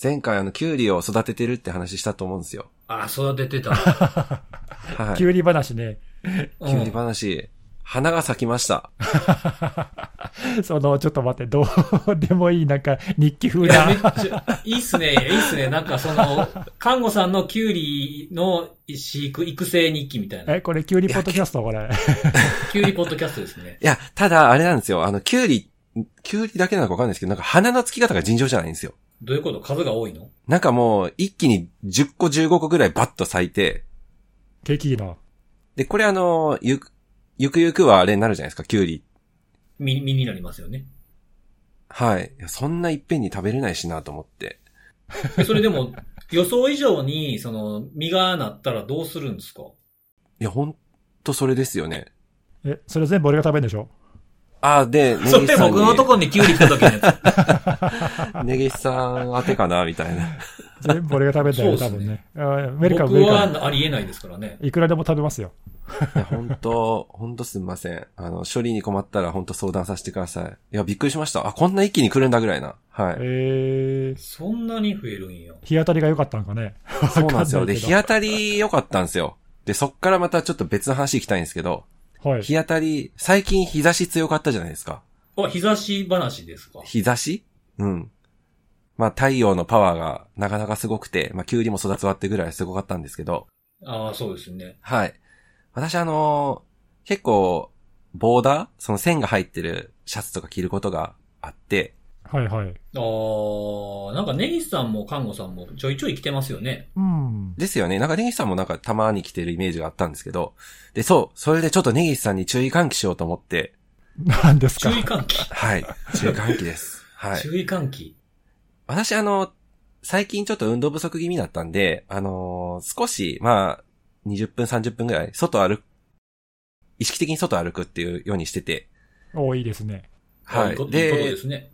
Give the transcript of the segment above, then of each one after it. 前回あの、キュウリを育ててるって話したと思うんですよ。あ、育ててた。 はい。きゅうり話ね。 キュウリ話。花が咲きました。その、ちょっと待って、どう でもいい、なんか、日記うん風いや、めな。っちゃ、いいっすね、いいっすね。なんかその、看護さんのキュウリの飼育、育成日記みたいな。え、これ、きゅうりポッドキャストこれ。キュウリポッドキャストですね。いや、ただ、あれなんですよ。あの、キュウリ、キュウリだけなのかわかんないですけど、なんか花の付き方が尋常じゃないんですよ。どういうこと数が多いのなんかもう、一気に10個15個ぐらいバッと咲いて、ケキーの。で、これあの、ゆく、ゆくゆくはあれになるじゃないですか、キュウリ。身身になりますよね。はい。いやそんないっぺんに食べれないしなと思って。でそれでも、予想以上に、その、実がなったらどうするんですかいや、ほんとそれですよね。え、それ全部俺が食べるんでしょあー、 で、 そネギれさん僕のとに、こにキュウリ来た時の やネギさん当てかな、みたいな。全部俺が食べるんだよね、そうっ多す分ねね。あーウェつ。ルカム、僕ウェルカム。はありえないですからね。いくらでも食べますよ。いや、本当本当すみません。あの、処理に困ったら本当相談させてください。いや、びっくりしました。あ、こんな一気に来るんだぐらいな。はい。えー、そんなに増えるんよ。日当たりが良かったんかね。そうなんですよ。わかで、いけど日当たり良かったんですよ。で、そっからまたちょっと別の話行きたいんですけど、はい。日当たり、最近日差し強かったじゃないですか。あ、日差し話ですか日差しうん。まあ、太陽のパワーがなかなかすごくて、まあ、キュウリも育つわってぐらいすごかったんですけど、ああ、そうですね。はい。私あのー結構、ボーダーその線が入ってるシャツとか着ることがあって、はいはああ、い。なんかネギスさんも看護さんもちょいちょい来てますよね。うん。ですよね。なんかネギさんもなんかたまに着てるイメージがあったんですけど。で、そう。それでちょっとネギさんに注意喚起しようと思って。なんです注か意喚起。 はい。注意喚起です。はい。注意喚起。私あの、最近ちょっと運動不足気味だったんで、あのー少し、まあ、20分、30分ぐらい、外歩く、意識的に外歩くっていうようにしてて。おいいですね。はいいこ。いいことでで、すね。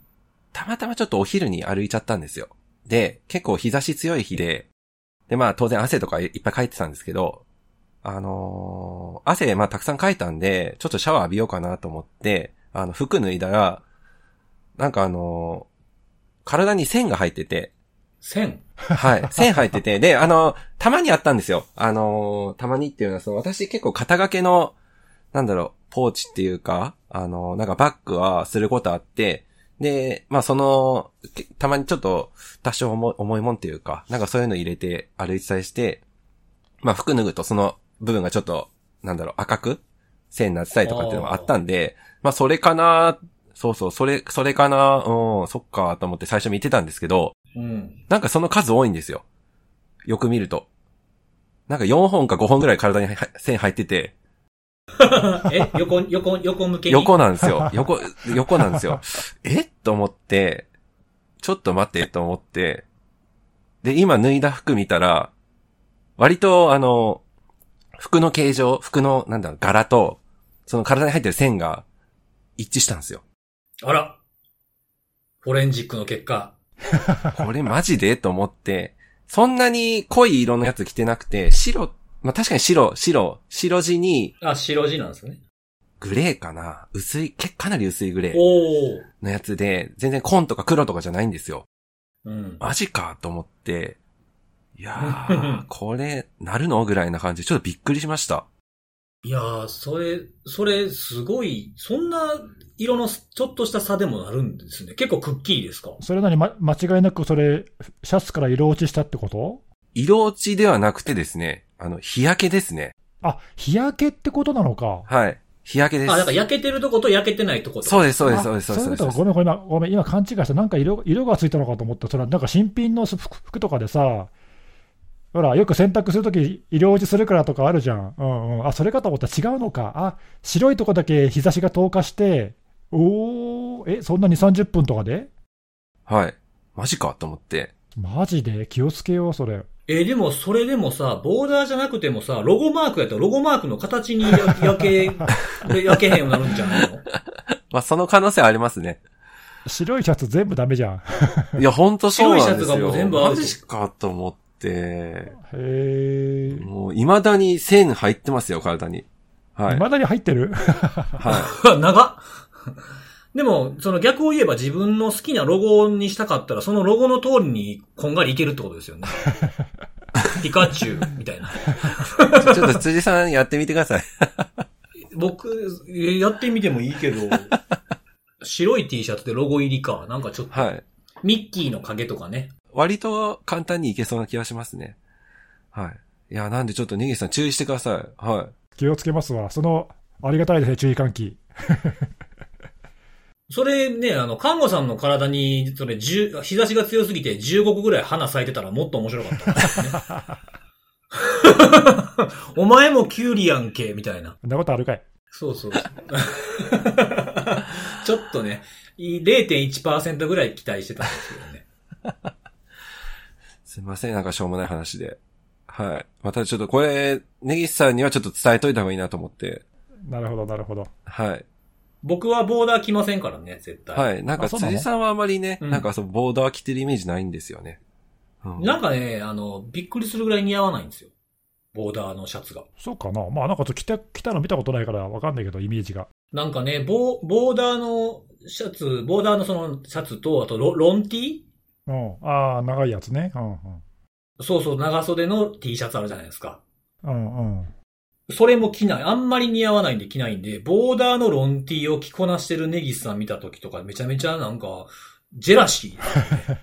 たまたまちょっとお昼に歩いちゃったんですよ。で、結構日差し強い日で、で、まあ当然汗とかいっぱいかいてたんですけど、あのー汗、まあたくさんかいたんで、ちょっとシャワー浴びようかなと思って、あの、服脱いだら、なんかあのー体に線が入ってて、線。 はい、線入ってて、で、あのーたまにあったんですよ。あのーたまにっていうのは、その私結構肩掛けの、なんだろう、ポーチっていうか、あのーなんかバッグはすることあって、で、まあその、けたまにちょっと多少重い重いもんっていうか、なんかそういうの入れて歩いてたりして、まあ服脱ぐとその部分がちょっと、なんだろう、赤く線になってたりとかっていうのがあったんで、まあそれかな、そうそう、それ、それかな、うん、そっか、と思って最初見てたんですけど、うん。 なんかその数多いんですよ。よく見ると。なんか4本か5本ぐらい体には線入ってて、え、横、横、横向けに。横なんですよ。横、横なんですよ。えと思って、ちょっと待ってと思って、で、今脱いだ服見たら、割とあの、服の形状、服の、なんだろう、柄と、その体に入ってる線が一致したんですよ。あら。フォレンジックの結果。これマジでと思って、そんなに濃い色のやつ着てなくて、白、まあ、確かに白、白、白地に、あ、白地なんですね。グレーかな薄い、けかなり薄いグレーおお。のやつで、全然紺とか黒とかじゃないんですよ。うん。マジかと思って、いや ー、これ、なるのぐらいな感じで、ちょっとびっくりしました。いやー、それ、それ、すごい、そんな色のちょっとした差でもなるんですね。結構くっきりですかそれなりに、ま、間違いなくそれ、シャツから色落ちしたってこと色落ちではなくてですね、あの、日焼けですね。あ、日焼けってことなのか。はい。日焼けです。あ、なんか焼けてるとこと焼けてないとこと。そうです、そうです、そうです、あそうです。いそううこですとかごめん、ごめん、ごめん、今勘違いした。なんか色色がついたのかと思った。それはなんか新品の服服とかでさ、ほら、よく洗濯するとき、色落ちするからとかあるじゃん。うんうん。あ、それかと思ったら違うのか。あ、白いとこだけ日差しが透過して、おー、え、そんな2、30分とかではい。マジかと思って。マジで気をつけよう、それ。えーでもそれでもさ、ボーダーじゃなくてもさ、ロゴマークやったらロゴマークの形に焼け、焼けへんようになるんじゃないのまあ、その可能性ありますね。白いシャツ全部ダメじゃん。いや、ほんとそうなんですよ。白いシャツがもう全部あるマジかと思って、へー。もう、未だに線入ってますよ、体に。はい。未だに入ってるはい。長っでも、その逆を言えば自分の好きなロゴにしたかったら、そのロゴの通りにこんがりいけるってことですよね。ピカチュウみたいな。ちょちょっと辻さんやってみてください。僕、えやってみてもいいけど、白い T シャツでロゴ入りか。なんかちょっと、 はい。ミッキーの影とかね。割と簡単にいけそうな気がしますね。はい。いや、なんでちょっとネギさん注意してください。は気をつけますわ。その、ありがたいですね、注意喚起。それね、あの、看護さんの体に、それ、10日差しが強すぎて15個ぐらい花咲いてたらもっと面白かったですね。 お前もキュウリやんけ、みたいな。そんなことあるかい。そうそう。 ちょっとね、い0.1%ぐらい期待してたんですけどね。い。すいません、なんかしょうもない話で。はい。またちょっとこれ、ネギさんにはちょっと伝えといた方がいいなと思って。なるほど、なるほど。はい。僕はボーダー来ませんからね、絶対。はい。なんかあそうなの辻さんはあまりね、うんなんかそのボーダー着てるイメージないんですよね。うんなんかね、あの、びっくりするぐらい似合わないんですよ。ボーダーのシャツが。そうかな。まあなんかちょっと着て、着たの見たことないからわかんないけど、イメージが。なんかね、ボー、ボーダーのシャツ、ボーダーのそのシャツと、あとロロンティーうん。ああ、長いやつね。うんそうそう、長袖の T シャツあるじゃないですか。うん。うんうん。それも着ない。あんまり似合わないんで着ないんで、ボーダーのロン T を着こなしてるネギスさん見た時とかめちゃめちゃなんか、ジェラシーですね、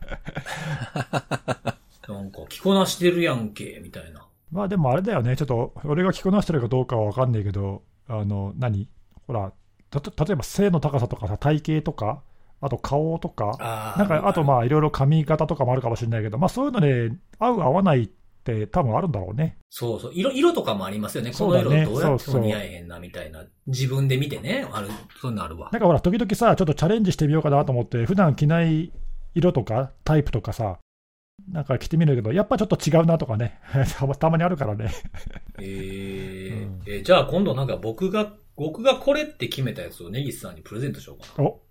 なんか、着こなしてるやんけ、みたいな。まあでもあれだよね。ちょっと、俺が着こなしてるかどうかはわかんないけど、あの、何ほら、たと、例えば背の高さとかさ、体型とか、あと顔とか、あなんかあとまあいろいろ髪型とかもあるかもしれないけど、まあそういうので合う合わないって多分あるんだろうね。そうそう。色、色とかもありますよね。こそうのだね色どうやってそうそもう似合えへんな、みたいな。自分で見てね。ある、そうなるわな。んかほら、時々さ、ちょっとチャレンジしてみようかなと思って、普段着ない色とかタイプとかさ、なんか着てみるけど、やっぱちょっと違うなとかね、 たまたまにあるからね。えーうんえーじゃあ今度なんか僕が、僕がこれって決めたやつをネギスさんにプレゼントしようかな。お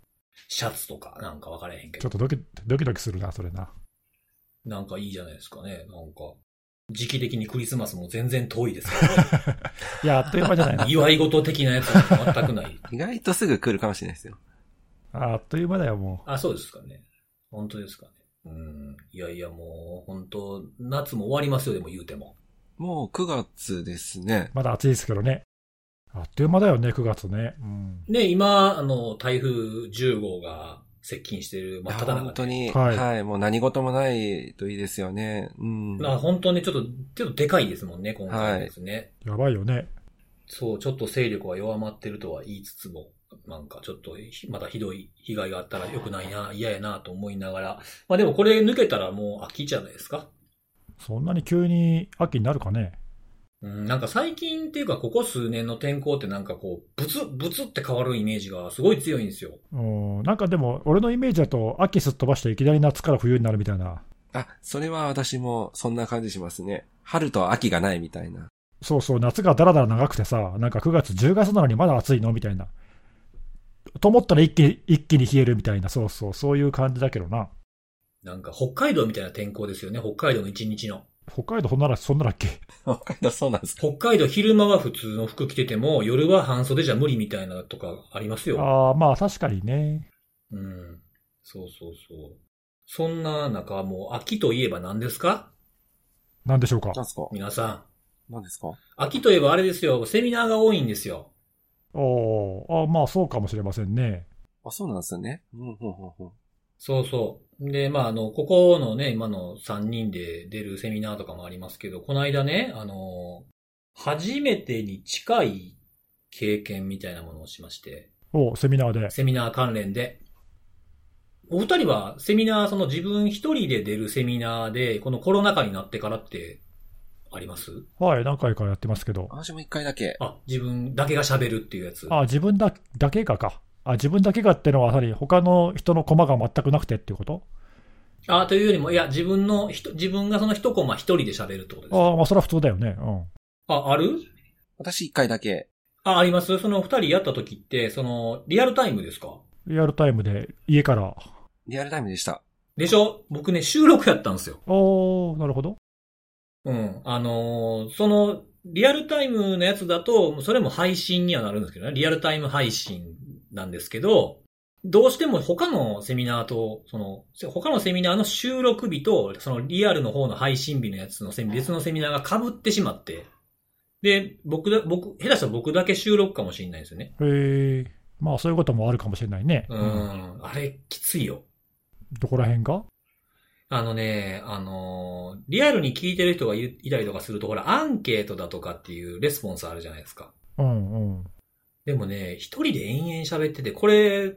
シャツとか、なんか分からへんけちょどっ。とドキドキドキするな、それな。なんかいいじゃないですかね。なんか。時期的にクリスマスも全然遠いですから、 いや、あっという間じゃないな。祝い事的なやつは全くない。意外とすぐ来るかもしれないですよ。あっという間だよ、もあ、そうですかね。本当ですかね。うん。いやいやもう、本当夏も終わりますよ、でも言うても。もう9月ですねう。。まだ暑いですけどね。あっという間だよね、9月ね。うん。ね、今、あの、台風10号が接近してる、いまあ、やただ本当に、は、はいいもう何事もないといいですよね。うん。まあ、本当にちょっと、ちょっとでかいですもんね、今回のですね。やばいよね。そう、ちょっと勢力は弱まってるとは言いつつも、なんかちょっとひ、またひどい被害があったら良くないな、嫌やなと思いながら。まあでもこれ抜けたらもう秋じゃないですか。そんなに急に秋になるかね。うん、なんか最近っていうか、ここ数年の天候ってなんかこう、ブツ、ブツって変わるイメージがすごい強いんですよ。うん、なんかでも、俺のイメージだと、秋すっ飛ばしていきなり夏から冬になるみたいな。あ、それは私もそんな感じしますね。春と秋がないみたいな。そうそう、夏がだらだら長くてさ、なんか9月、10月なのにまだ暑いのみたいな。と思ったら一気に一気に冷えるみたいな、そうそう、そういう感じだけどな。なんか北海道みたいな天候ですよね、北海道の一日の。北海道、そんなら、そんならっけ 北海道そうなんですか北海道昼間は普通の服着てても、夜は半袖じゃ無理みたいなとかありますよ。ああ、まあ確かにね。うん。そうそうそう。そんな中、もう秋といえば何ですかなんでしょうか。何ですか皆さん。何ですか秋といえばあれですよ、セミナーが多いんですよ。おーあーまあそうかもしれませんね。あ、そうなんですよね。うん、うん、うん、うん。そうそう。で、まあ、あの、ここのね、今の3人で出るセミナーとかもありますけど、この間ね、あの、初めてに近い経験みたいなものをしまして、おセミナーで。セミナー関連で。お二人はセミナー、その自分一人で出るセミナーで、このコロナ禍になってからってありますはい、何回かやってますけど。私も一回だけ。あ、自分だけが喋るっていうやつ。あ自分だだけがか。あ自分だけがってのは、やはり他の人の駒が全くなくてっていうことあ、というよりも、いや、自分のひと、自分がその一コマ一人で喋るってことです。ああ、まあそれは普通だよね。うん。あ、ある私一回だけ。あ、ありますその二人やった時って、その、リアルタイムですかリアルタイムで家から。リアルタイムでした。でしょ僕ね、収録やったんですよ。おー、なるほど。うん。あのーその、リアルタイムのやつだと、それも配信にはなるんですけどね。リアルタイム配信なんですけど、どうしても他のセミナーと、その、他のセミナーの収録日と、そのリアルの方の配信日のやつのセミ別のセミナーが被ってしまって、で、僕だ、僕、下手したら僕だけ収録かもしれないですよね。へえ。まあ、そういうこともあるかもしれないね。う。ん、あれ、きついよ。どこら辺があのね、あのーリアルに聞いてる人がいいたりとかすると、ほら、アンケートだとかっていうレスポンスあるじゃないですか。うんうん。でもね、一人で延々喋ってて、これ、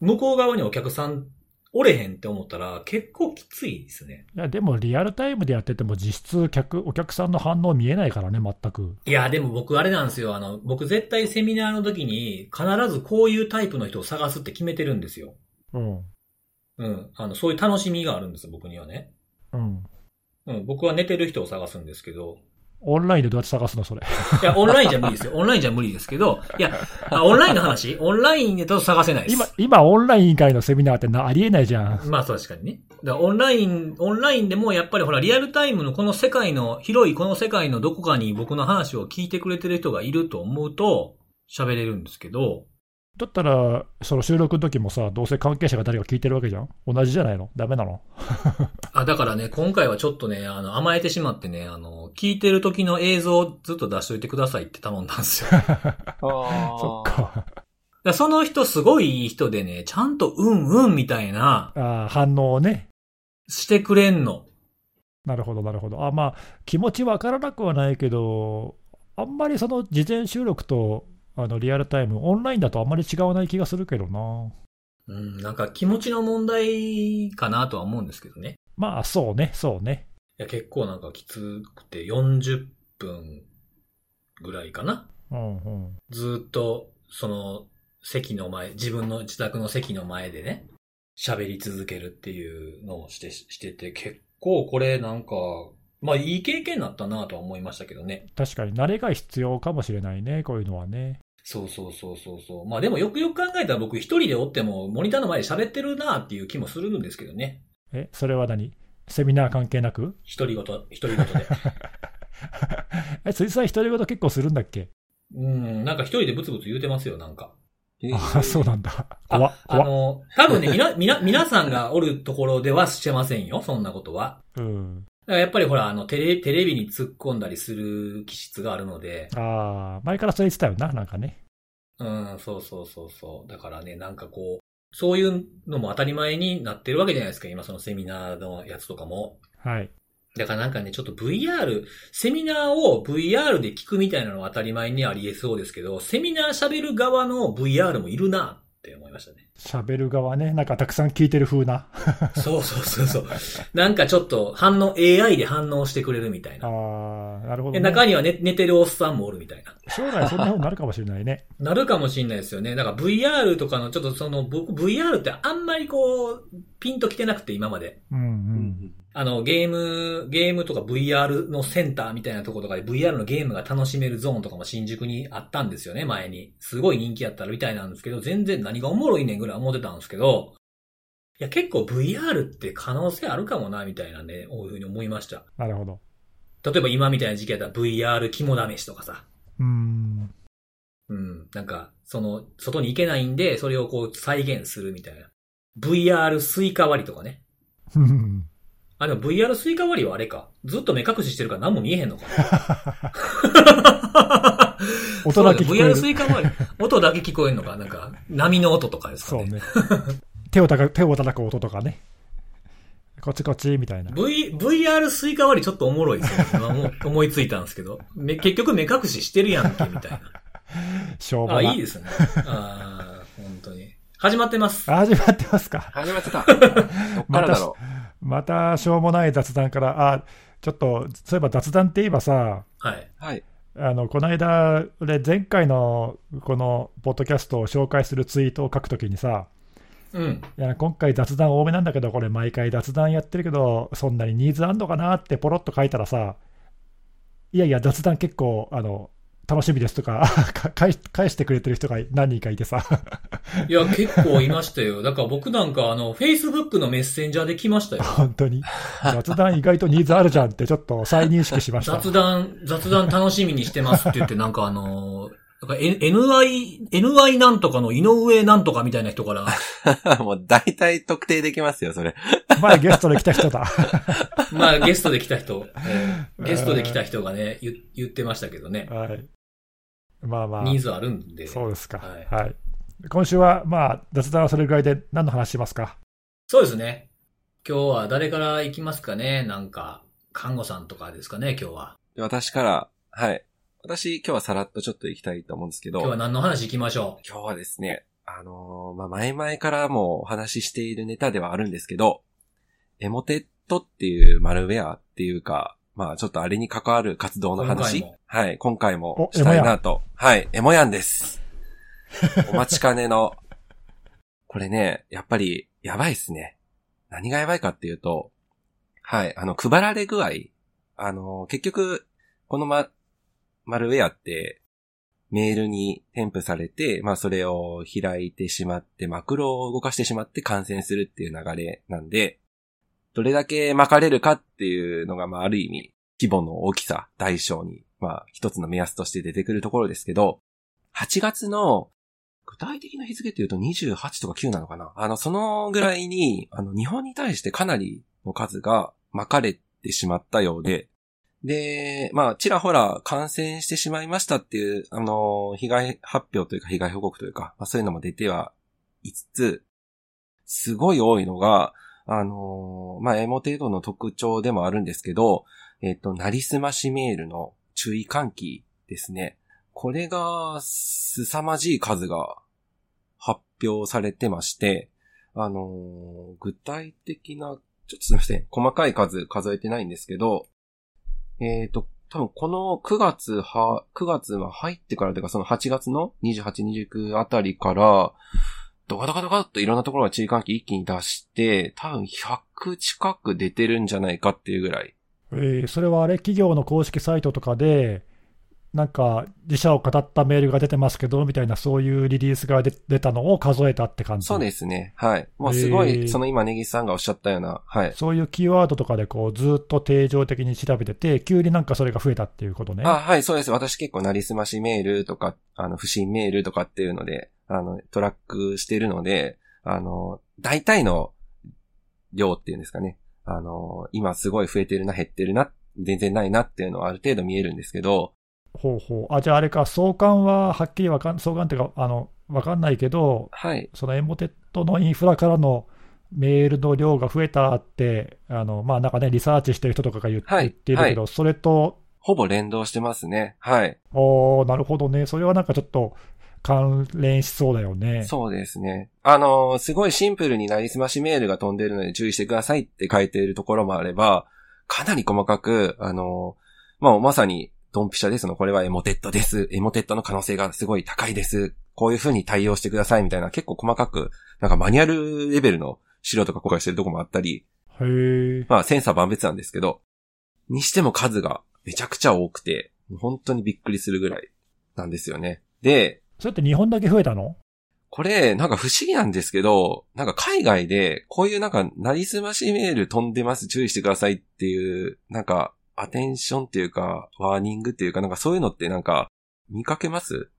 向こう側にお客さんおれへんって思ったら、結構きついですね。いや、でもリアルタイムでやってても実質客、お客さんの反応見えないからね、全く。いや、でも僕あれなんですよ。あの、僕絶対セミナーの時に、必ずこういうタイプの人を探すって決めてるんですよ。うん。うん。あの、そういう楽しみがあるんです、僕にはね。うん。うん。僕は寝てる人を探すんですけど。オンラインでどうやって探すの、それ。いや、オンラインじゃ無理ですよ。オンラインじゃ無理ですけど。いや、あオンラインの話オンラインだと探せないです。今、今オンライン以外のセミナーってなありえないじゃん。まあ確かにね。だからオンライン、オンラインでもやっぱりほら、リアルタイムのこの世界の、広いこの世界のどこかに僕の話を聞いてくれてる人がいると思うと、喋れるんですけど、だったら、その収録の時もさ、どうせ関係者が誰か聞いてるわけじゃん。同じじゃないのダメなのあ、だからね、今回はちょっとね、あの、甘えてしまってね、あの、聞いてる時の映像をずっと出しといてくださいって頼んだんですよ。だかそそっ。か。らその人すごいいい人でね、ちゃんとうんうんみたいな、あー反応をね。してくれんの。なるほど、なるほど。あ、まあ、気持ちわからなくはないけど、あんまりその事前収録と、あの、リアルタイム、オンラインだとあんまり違わない気がするけどな。うん、なんか気持ちの問題かなとは思うんですけどね。まあ、そうね、そうね。いや、結構なんかきつくて40分ぐらいかな。うんうん。ずーっと、その、席の前、自分の自宅の席の前でね、喋り続けるっていうのをして、してて、結構これなんか、まあいい経験だったなとは思いましたけどね。確かに慣れが必要かもしれないね、こういうのはね。そうそうそうそうそう。まあでもよくよく考えたら僕一人でおってもモニターの前で喋ってるなっていう気もするんですけどね。え、それは何セミナー関係なく 一人ごと、一人ごとで。え、辻さん、独り言結構するんだっけうん、なんか一人でブツブツ言うてますよ、なんか。あ、そうなんだ。怖っ、あ怖っ。の、多分ね、みな、みな、皆さんがおるところではしてませんよ、そんなことは。うん。だからやっぱりほら、あの、テレ、テレビに突っ込んだりする気質があるので、ああ、前からそれ言ってたよな、なんかね。うん、そうそうそうそう。だからね、なんかこう、そういうのも当たり前になってるわけじゃないですか、今そのセミナーのやつとかも。はい。だからなんかね、ちょっと VR、セミナーを VR で聞くみたいなのは当たり前にありえそうですけど、セミナー喋る側の VR もいるなって思いましたね。喋る側ね、なんかたくさん聞いてる風な。 そうそうそうそう。なんかちょっと反応、AI で反応してくれるみたいあな。あ、なるほでど、ね。中には寝寝てるおっさんもおるみたいな。将来そんな風になるかもしれないね。なるかもしんないですよね。だから VR とかの、ちょっとその、僕 VR ってあんまりこう、ピンと来てなくて今まで。うんううん。んあの、ゲーム、ゲームとか VR のセンターみたいなところとかで VR のゲームが楽しめるゾーンとかも新宿にあったんですよね、前に。すごい人気やったみたいなんですけど、全然何がおもろいねんぐらい思ってたんですけど、いや、結構 VR って可能性あるかもな、みたいなね、こういうふうに思いました。なるほど。例えば今みたいな時期やったら VR 肝試しとかさ。うーん。うん。なんか、その、外に行けないんで、それをこう再現するみたいな。VR スイカ割りとかね。うんあ、でも VR スイカ割りはあれか。ずっと目隠ししてるから何も見えへんのかな。 音だけ聞こえる VR スイカ割り。音だけ聞こえるのか。なんか、波の音とかですかそうね。ね。 手をたか手を叩く音とかね。こっちこっちみたいな。 v、VR スイカ割りちょっとおもろいですね。今思思いついたんですけど。め結局目隠ししてるやんけ、みたいな。しょうもあ、ないいですね。あー本当に。始まってます。あ始まってますか。始まって た。どっからだろまたしょうもない雑談から、あちょっと、そういえば雑談って言えばさ、はい。う。はい。 あのこの間、俺、前回のこのポッドキャストを紹介するツイートを書くときにさ、うん。いや今回雑談多めなんだけど、これ、毎回雑談やってるけど、そんなにニーズあんのかなってポロッと書いたらさ、いやいや、雑談結構、あの楽しみですとか か返し、返してくれてる人が何人かいてさ、 いや、結構いましたよ。だから僕なんか、あの、Facebook のメッセンジャーで来ましたよ。本当に、雑談意外とニーズあるじゃんって、ちょっと再認識しました。雑談、雑談楽しみにしてますって言って、なんかあの、だから N- NI、NI なんとかの井上なんとかみたいな人 から、もう大体特定できますよ、それ。前ゲストで来た人だ。まあゲストで来た人、えー ゲストで来た人がね、言言ってましたけどね。 はい。まあまあニ、ーズあるんで。そうですか。はいはい。今週は、まあ、雑談はそれぐらいで何の話しますかそうですね。今日は誰から行きますかねなんか、看護さんとかですかね今日は。私から、はい。私、今日はさらっとちょっと行きたいと思うんですけど、今日は何の話行きましょ今日はですね、あのーまあ、前々からもお話ししているネタではあるんですけど、エモテットっていうマルウェアっていうか、まあ、ちょっとあれに関わる活動の話。今回もはい、今回もおしたいなと。はい、エモヤンです。お待ちかねの。これね、やっぱり、やばいっすね。何がやばいかっていうと、はい、あの、配られ具合。あのー結局、このま、マルウェアって、メールに添付されて、まあそれを開いてしまって、マクロを動かしてしまって感染するっていう流れなんで、どれだけ巻かれるかっていうのが、まあある意味、規模の大きさ、大小に、まあ一つの目安として出てくるところですけど、8月の、具体的な日付っていうと28とか9なのかなあの、そのぐらいに、あの、日本に対してかなりの数が巻かれてしまったようで、で、まあ、ちらほら感染してしまいましたっていう、あの、被害発表というか、被害報告というか、まあそういうのも出てはいつつ、すごい多いのが、あの、まあ、エモ程度の特徴でもあるんですけど、えっと、なりすましメールの注意喚起ですね。これが、凄まじい数が発表されてまして、あの、具体的な、ちょっとすみません、細かい数数えてないんですけど、えっ、と、多分この9月は、9月は入ってからというか、その8月の28、29あたりから、ドカドカドカっといろんなところが注意喚起一気に出して、多分100近く出てるんじゃないかっていうぐらい。えーそれはあれ、企業の公式サイトとかで、なんか自社を語ったメールが出てますけどみたいな、そういうリリースが出出たのを数えたって感じそうですね。はい。もうすごへーい、その今ネギさんがおっしゃったような、はい。そういうキーワードとかでこうずっと定常的に調べてて、急になんかそれが増えたっていうことね。あ、はい、そうです。私結構なりすましメールとか、あの、不審メールとかっていうので、あの、トラックしてるので、あの、大体の量っていうんですかね。あの、今すごい増えてるな、減ってるな、全然ないなっていうのはある程度見えるんですけど、ほうほう。あ、じゃああれか、相関ははっきりわかん、相関っていうか、あの、わかんないけど、はい。そのエモテットのインフラからのメールの量が増えたって、あの、まあなんかね、リサーチしてる人とかが言,、はい言っているけど、それと、ほぼ連動してますね。はい。おーなるほどね。それはなんかちょっと関連しそうだよね。そうですね。あの、すごいシンプルになりすましメールが飛んでるので注意してくださいって書いているところもあれば、かなり細かく、あの、まあ、まさに、ドンピシャですの、これはエモテットです。エモテットの可能性がすごい高いです。こういう風に対応してくださいみたいな、結構細かく、なんかマニュアルレベルの資料とか公開してるとこもあったり、へえ。まあ、センサー万別なんですけど、にしても数がめちゃくちゃ多くて、もう本当にびっくりするぐらいなんですよね。で、それって日本だけ増えたのこれ、なんか不思議なんですけど、なんか海外で、こういうなんか、なりすましメール飛んでます、注意してくださいっていう、なんか、アテンションっていうか、ワーニングっていうか、なんかそういうのってなんか、見かけます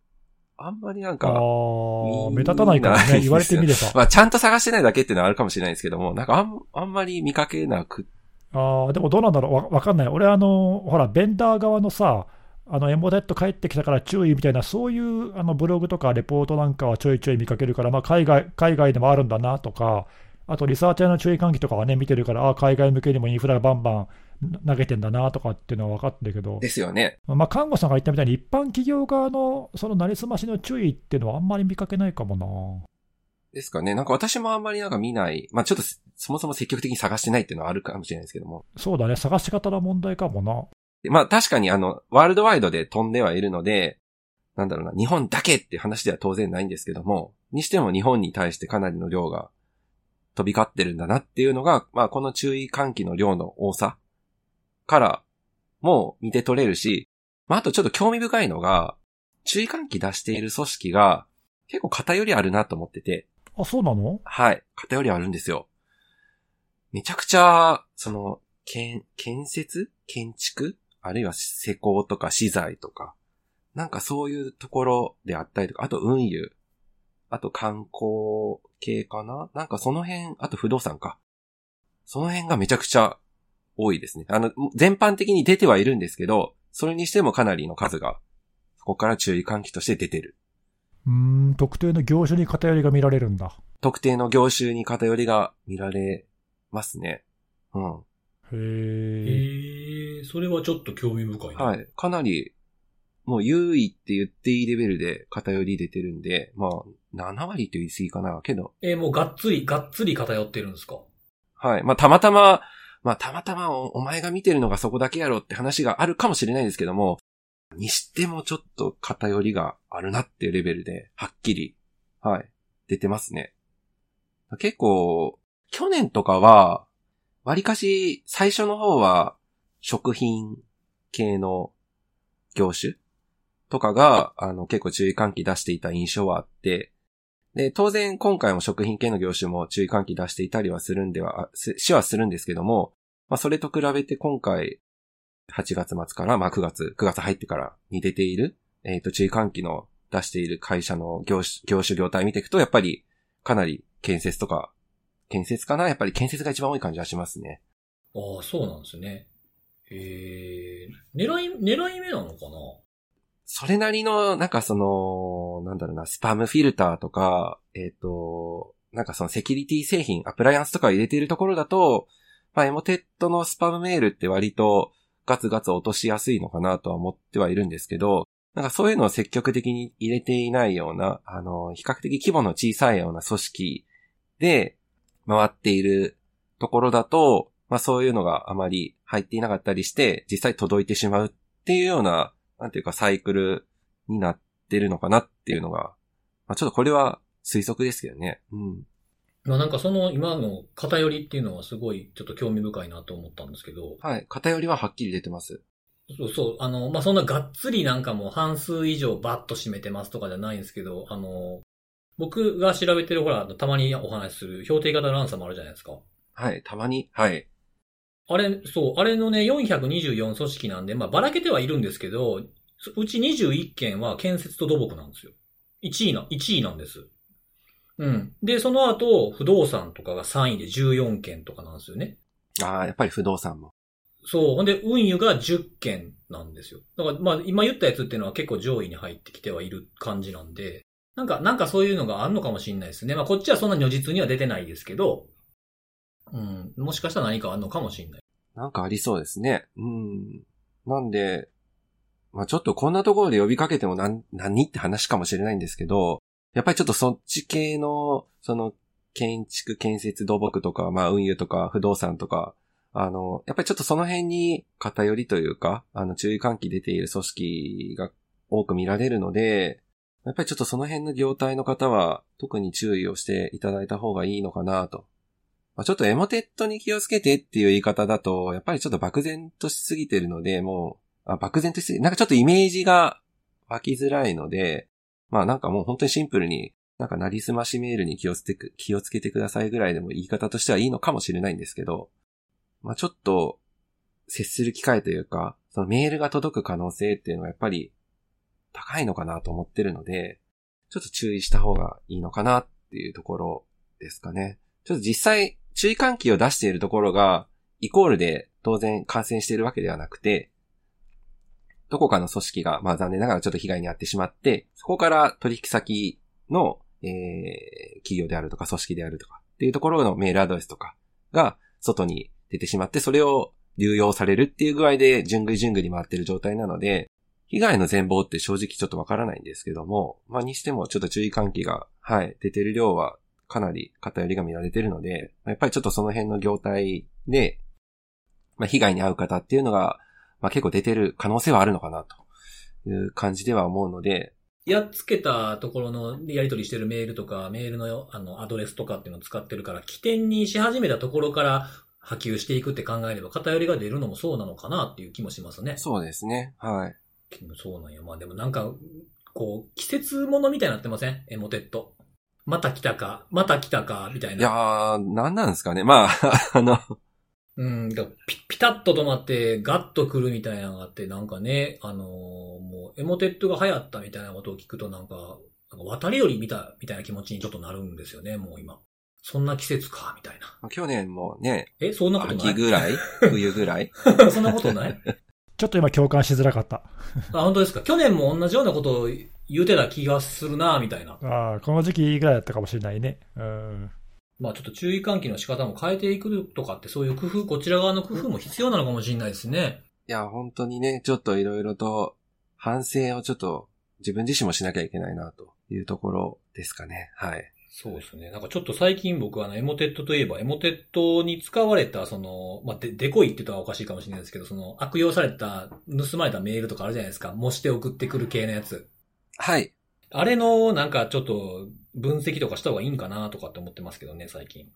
あんまりなんあか、ーみんな目立たないからね、言われてみれば。まあちゃんと探してないだけっていうのはあるかもしれないですけども、なんかあんあんまり見かけなくっああ、でもどうなんだろうわ、わかんない。俺、あの、ほら、ベンダー側のさ、あの、エモデット帰ってきたから注意みたいな、そういうあのブログとかレポートなんかはちょいちょい見かけるから、まあ、海外、海外でもあるんだなとか、あと、リサーチャーの注意喚起とかはね、見てるから、ああ、海外向けにもインフラバンバン投げてんだなとかっていうのは分かってるけど、ですよね。まあ、看護さんが言ったみたいに、一般企業側のそのなりすましの注意っていうのはあんまり見かけないかもな。ですかね。なんか私もあんまりなんか見ない。まあちょっとすそもそも積極的に探してないっていうのはあるかもしれないですけども。そうだね、探し方の問題かもな。でまあ確かにあの、ワールドワイドで飛んではいるので、なんだろうな、日本だけって話では当然ないんですけども、にしても日本に対してかなりの量が飛び交ってるんだなっていうのが、まあこの注意喚起の量の多さからも見て取れるし、まああとちょっと興味深いのが、注意喚起出している組織が結構偏りあるなと思ってて、あ、そうなのはい。偏りあるんですよ。めちゃくちゃ、その、建、建設建築あるいは施工とか資材とかなんかそういうところであったりとか、あと運輸、あと観光系かななんかその辺、あと不動産か。その辺がめちゃくちゃ多いですね。あの、全般的に出てはいるんですけど、それにしてもかなりの数が、そこから注意喚起として出てる。うーん、特定の業種に偏りが見られるんだ。特定の業種に偏りが見られますね。うん。へええ。ー、それはちょっと興味深いな。はい。かなり、もう優位って言っていいレベルで偏り出てるんで、まあ、7割と言い過ぎかな。けど、えーもうがっつり、がっつり偏ってるんですかはい。まあ、たまたま、まあ、たまたまおお前が見てるのがそこだけやろって話があるかもしれないですけども、にしてもちょっと偏りがあるなっていうレベルで、はっきり、はい、出てますね。結構、去年とかは、わりかし最初の方は、食品系の業種とかが、あの、結構注意喚起出していた印象はあって、で、当然今回も食品系の業種も注意喚起出していたりはするんでは、あすしはするんですけども、まあそれと比べて今回、8月末から、まあ9月、9月入ってからに出ている、えっ、と、注意喚起の出している会社の業種、業種業態見ていくと、やっぱりかなり建設とか、建設かなやっぱり建設が一番多い感じはしますね。ああ、そうなんですね。えー、狙い、狙い目なのかなそれなりの、なんかその、なんだろうな、スパムフィルターとか、えっ、と、なんかそのセキュリティ製品、アプライアンスとか入れているところだと、まあ、エモテットのスパムメールって割とガツガツ落としやすいのかなとは思ってはいるんですけど、なんかそういうのを積極的に入れていないような、あの、比較的規模の小さいような組織で回っているところだと、まあそういうのがあまり入っていなかったりして、実際届いてしまうっていうようななんていうかサイクルになってるのかなっていうのが、まあ、ちょっとこれは推測ですけどね。うん。まあなんかその今の偏りっていうのはすごいちょっと興味深いなと思ったんですけど、はい。偏りははっきり出てます。そうそう、あの、まあそんながっつりなんかもう半数以上バッと占めてますとかじゃないんですけど、あの、僕が調べてるほら、あのたまにお話しする標定型のランサムあるじゃないですか。はい。たまに。はい。あれ、そう、あれのね、424組織なんで、まあばらけてはいるんですけど、うち21件は建設と土木なんですよ。1位な、1位なんです。うん。で、その後、不動産とかが3位で14件とかなんですよね。ああ、やっぱり不動産も。そう。ほんで、運輸が10件なんですよ。だから、まあ、今言ったやつっていうのは結構上位に入ってきてはいる感じなんで、なんか、なんかそういうのがあるのかもしれないですね。まあ、こっちはそんな如実には出てないですけど、うん、もしかしたら何かあるのかもしれない。なんかありそうですね。うん。なんで、まあちょっとこんなところで呼びかけてもなん何って話かもしれないんですけど、やっぱりちょっとそっち系の、その、建築、建設、土木とか、まあ運輸とか、不動産とか、あの、やっぱりちょっとその辺に偏りというか、あの、注意喚起出ている組織が多く見られるので、やっぱりちょっとその辺の業態の方は、特に注意をしていただいた方がいいのかなとまあ、ちょっとエモテットに気をつけてっていう言い方だと、やっぱりちょっと漠然としすぎてるので、もう、あ漠然としすぎ、なんかちょっとイメージが湧きづらいので、まあなんかもう本当にシンプルに、なんかなりすましメールに気をつけてく、気をつけてくださいぐらいでも言い方としてはいいのかもしれないんですけど、まあちょっと、接する機会というか、そのメールが届く可能性っていうのはやっぱり高いのかなと思ってるので、ちょっと注意した方がいいのかなっていうところですかね。ちょっと実際、注意喚起を出しているところが、イコールで当然感染しているわけではなくて、どこかの組織が、まあ残念ながらちょっと被害に遭ってしまって、そこから取引先の、えー企業であるとか組織であるとかっていうところのメールアドレスとかが外に出てしまって、それを流用されるっていう具合で、順繰り順繰り回ってる状態なので、被害の全貌って正直ちょっとわからないんですけども、まあにしてもちょっと注意喚起が、はい、出てる量はかなり偏りが見られてるので、やっぱりちょっとその辺の業態で、まあ、被害に遭う方っていうのが、まあ、結構出てる可能性はあるのかなという感じでは思うので、やっつけたところのやり取りしてるメールとか、メールのあのアドレスとかっていうのを使ってるから、起点にし始めたところから波及していくって考えれば、偏りが出るのもそうなのかなっていう気もしますね。そうですね。はい。そうなんや。まあでもなんか、こう、季節ものみたいになってませんエモテット。また来たか、また来たか、みたいいな。 やー、なんなんですかね。まあ、あの、うん、だからピピタッと止まって、ガッと来るみたいなのがあって、なんかね、あのーもう、エモテットが流行ったみたいなことを聞くと、なんか、なんか渡り鳥見たみたいな気持ちにちょっとなるんですよね、もう今。そんな季節か、みたいな。去年もね、え、そんなことな秋いぐらい冬ぐらいそんなことないちょっと今共感しづらかった。あ、本当ですか。去年も同じようなことを言うてた気がするな、みたいな。ああ、この時期ぐらいだったかもしれないね。うん。まあちょっと注意喚起の仕方も変えていくとかって、そういう工夫、こちら側の工夫も必要なのかもしれないですね。いや、本当にね、ちょっといろいろと反省をちょっと自分自身もしなきゃいけないなというところですかね。はい。そうですね。なんかちょっと最近僕はあの、エモテットといえば、エモテットに使われた、その、まあ、で、デコイって言ったらおかしいかもしれないですけど、その、悪用された、盗まれたメールとかあるじゃないですか。模して送ってくる系のやつ。はい。あれの、なんかちょっと、分析とかした方がいいんかなとかって思ってますけどね、最近。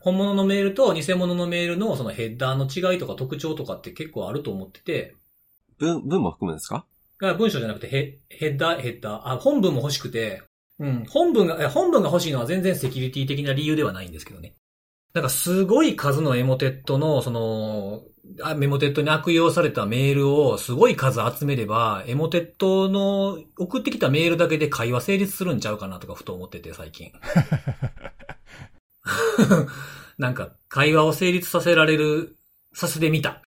本物のメールと偽物のメールのそのヘッダーの違いとか特徴とかって結構あると思ってて、文、文も含むんですかが文章じゃなくてヘヘッダー、ヘッダー、あ、本文も欲しくて、うん、本文が、え本文が欲しいのは全然セキュリティ的な理由ではないんですけどね。なんかすごい数のエモテットの、その、あメモテットに悪用されたメールをすごい数集めれば、エモテットの送ってきたメールだけで会話成立するんちゃうかなとかふと思ってて最 近。なんか会話を成立させられる、させてみた。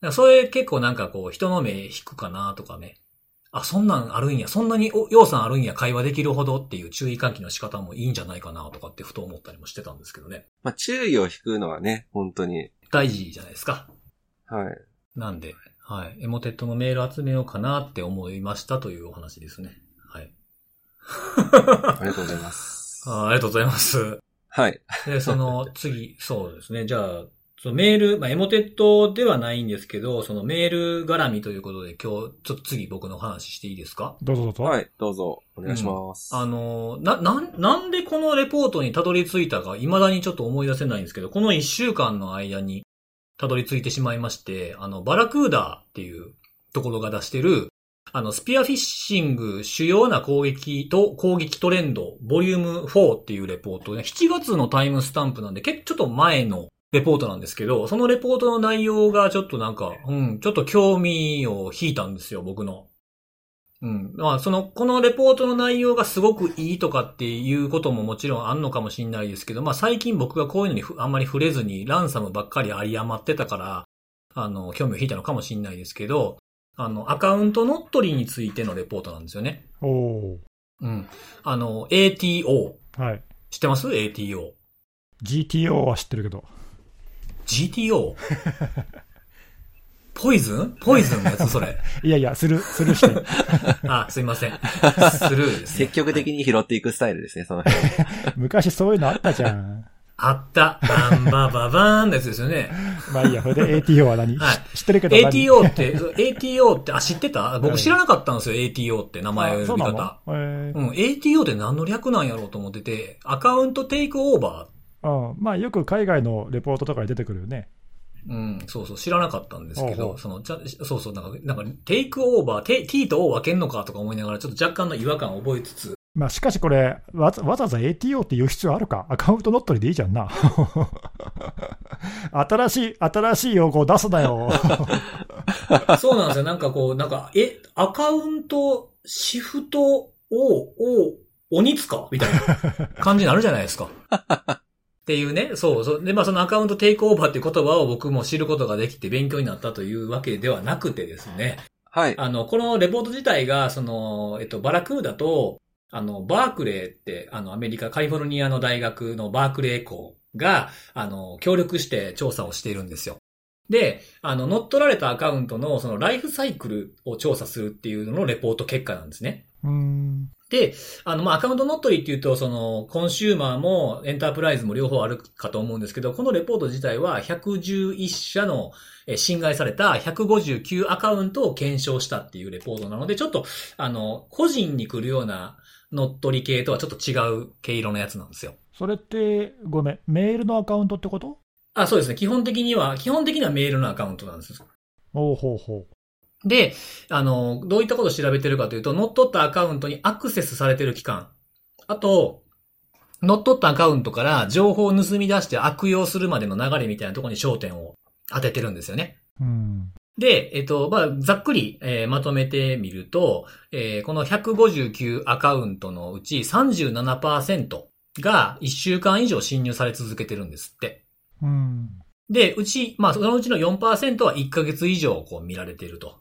なんかそれ結構なんかこう人の目引くかなとかね。あ、そんなんあるんや、そんなにお要素あるんや、会話できるほどっていう注意喚起の仕方もいいんじゃないかなとかってふと思ったりもしてたんですけどね。まあ、注意を引くのはね、本当に。大事じゃないですか。はい。なんで、はい。エモテットのメール集めようかなって思いましたというお話ですね。はい。ありがとうござい ます。あーありがとうございます。はい。で、その次、そうですね。じゃあ、そのメール、まあ、エモテットではないんですけど、そのメール絡みということで今日、ちょっと次僕の話していいですかどうぞどうぞ。はい、どうぞ、お願いします。あの、な、なん、なんでこのレポートにたどり着いたか、未だにちょっと思い出せないんですけど、この一週間の間にたどり着いてしまいまして、あの、バラクーダーっていうところが出してる、あの、スピアフィッシング主要な攻撃と攻撃トレンド、ボリューム4っていうレポートね、7月のタイムスタンプなんで、けちょっと前のレポートなんですけど、そのレポートの内容がちょっとなんか、うん、ちょっと興味を引いたんですよ、僕の。うん。まあ、その、このレポートの内容がすごくいいとかっていうことももちろんあんのかもしれないですけど、まあ最近僕がこういうのにふあんまり触れずにランサムばっかりあり余ってたから、あの、興味を引いたのかもしれないですけど、あの、アカウント乗っ取りについてのレポートなんですよね。おおうん。あの、ATO。ー。はい。知ってます ?ATO。 GTO は知ってるけど。 GTO? ポイズンポイズンのやつそれ。いやいや、する、す るして。あ、すいません。スルーです、ね。積極的に拾っていくスタイルですね、その辺。昔そういうのあったじゃん。あった。バンバババーンのやつですよね。まあいいや、それで ATO は何、はい知知ってるけど何 ATO って、そう ATO って、あ、知ってたう僕ん知らなかったんですよ、ATO って名前あのそ呼うびな方。のえーうん、ATO って何の略なんやろうと思ってて、アカウントテイクオーバうん。まあよく海外のレポートとかに出てくるよね。ー。うん、そうそう、知らなかったんですけほうほど、うその、じゃそうそう、なんか、なんか、テイクオーバー、テ t と O 分けんのかとか思いながら、ちょっと若干の違和感を覚えつつ、まあしかしこれ、わざわざわざ ATO って言う必要あるかアカウント乗っ取りでいいじゃんな。 新しい、新しい用語を出すなよ。 そうなんですよ。なんかこう、なんか、え、アカウント、シフト、をを鬼塚みたいな感じになるじゃないですか。っていうね、そうそう。で、まあそのアカウントテイクオーバーっていう言葉を僕も知ることができて勉強になったというわけではなくてですね。はい。あの、このレポート自体が、その、えっと、バラクーダと、あの、バークレーって、あの、アメリカ、カリフォルニアの大学のバークレー校が、あの、協力して調査をしているんですよ。で、あの、乗っ取られたアカウントの、その、ライフサイクルを調査するっていうののレポート結果なんですね。うーん。で、あの、まあ、アカウント乗っ取りっていうと、その、コンシューマーもエンタープライズも両方あるかと思うんですけど、このレポート自体は111社のえー侵害された159アカウントを検証したっていうレポートなので、ちょっと、あの、個人に来るような乗っ取り系とはちょっと違う毛色のやつなんですよ。それって、ごめん、メールのアカウントってことあ、そうですね。基本的には、基本的にはメールのアカウントなんです。おうほうほで、あの、どういったことを調べてるかというと、乗っ取ったアカウントにアクセスされてる期間。あと、乗っ取ったアカウントから情報を盗み出して悪用するまでの流れみたいなところに焦点を当ててるんですよね。うん。で、えっと、まあ、ざっくり、えーまとめてみると、えーこの159アカウントのうち37%が1週間以上侵入され続けてるんですって。うん。で、うち、まあ、そのうちの4%は1ヶ月以上こう見られていると。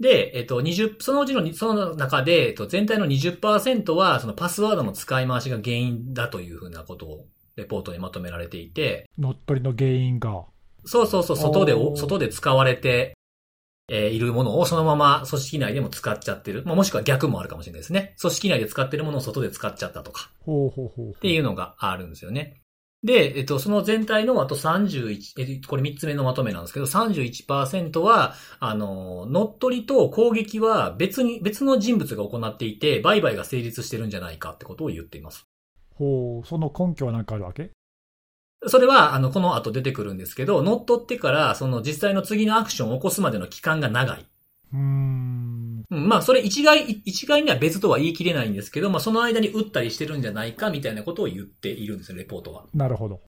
で、えっと、20、そのうちの、その中で、えっと、全体の20%は、そのパスワードの使い回しが原因だというふうなことを、レポートにまとめられていて、乗っ取りの原因が。そうそうそう、外でおお、ー外で使われて、えーいるものをそのまま組織内でも使っちゃってる。まあ、もしくは逆もあるかもしれないですね。組織内で使ってるものを外で使っちゃったとか、ほうほうほう。っっていうのがあるんですよね。で、えっと、その全体のあと31、えっとこれ3つ目のまとめなんですけど、31%は、あの、乗っ取りと攻撃は別に、別の人物が行っていて、売買が成立してるんじゃないかってことを言っています。ほう、その根拠はなんかあるわけそれは、あの、この後出てくるんですけど、乗っ取ってから、その実際の次のアクションを起こすまでの期間が長い。うーん。うん、まあ、それ一概、一概には別とは言い切れないんですけど、まあ、その間に撃ったりしてるんじゃないか、みたいなことを言っているんですよ、レポートは。なるほど。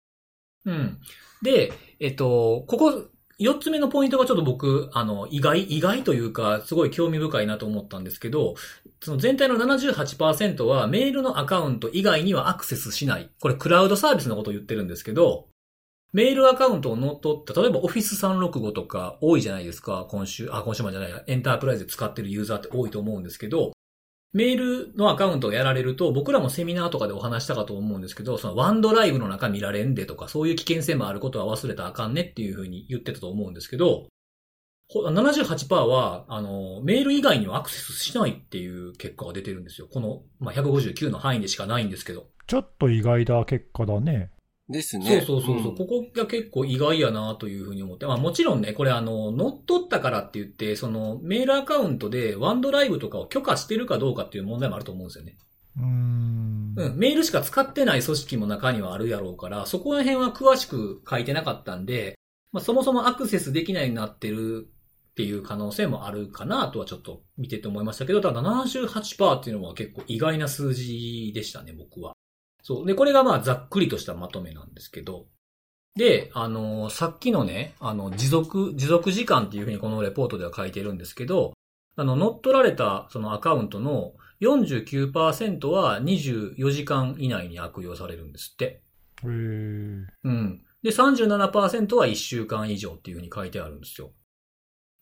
うん。で、えっと、ここ、四つ目のポイントがちょっと僕、あの、意外、意外というか、すごい興味深いなと思ったんですけど、その全体の78%はメールのアカウント以外にはアクセスしない。これクラウドサービスのことを言ってるんですけど、メールアカウントを乗っ取った、例えば Office365 とか多いじゃないですか、今週、あ、今週までじゃないや、エンタープライズで使ってるユーザーって多いと思うんですけど、メールのアカウントをやられると、僕らもセミナーとかでお話したかと思うんですけど、そのワンドライブの中見られんでとか、そういう危険性もあることは忘れたらあかんねっていうふうに言ってたと思うんですけど、ほ78%は、あの、メール以外にはアクセスしないっていう結果が出てるんですよ。この、まあ、159の範囲でしかないんですけど。ちょっと意外な結果だね。ですね。そうそうそうそう、んここが結構意外やなというふうに思って。まあもちろんね、これあの、乗っ取ったからって言って、そのメールアカウントでワンドライブとかを許可してるかどうかっていう問題もあると思うんですよね。うーん。うん、メールしか使ってない組織も中にはあるやろうから、そこら辺は詳しく書いてなかったんで、まあそもそもアクセスできないようになってるっていう可能性もあるかなとはちょっと見てて思いましたけど、ただ78%っていうのは結構意外な数字でしたね、僕は。そう。で、これがまあざっくりとしたまとめなんですけど、で、あの、さっきのね、あの、持続、持続時間っていうふうにこのレポートでは書いてるんですけど、あの、乗っ取られたそのアカウントの49%は24時間以内に悪用されるんですって。へーうん。で、37%は1週間以上っていうふうに書いてあるんですよ。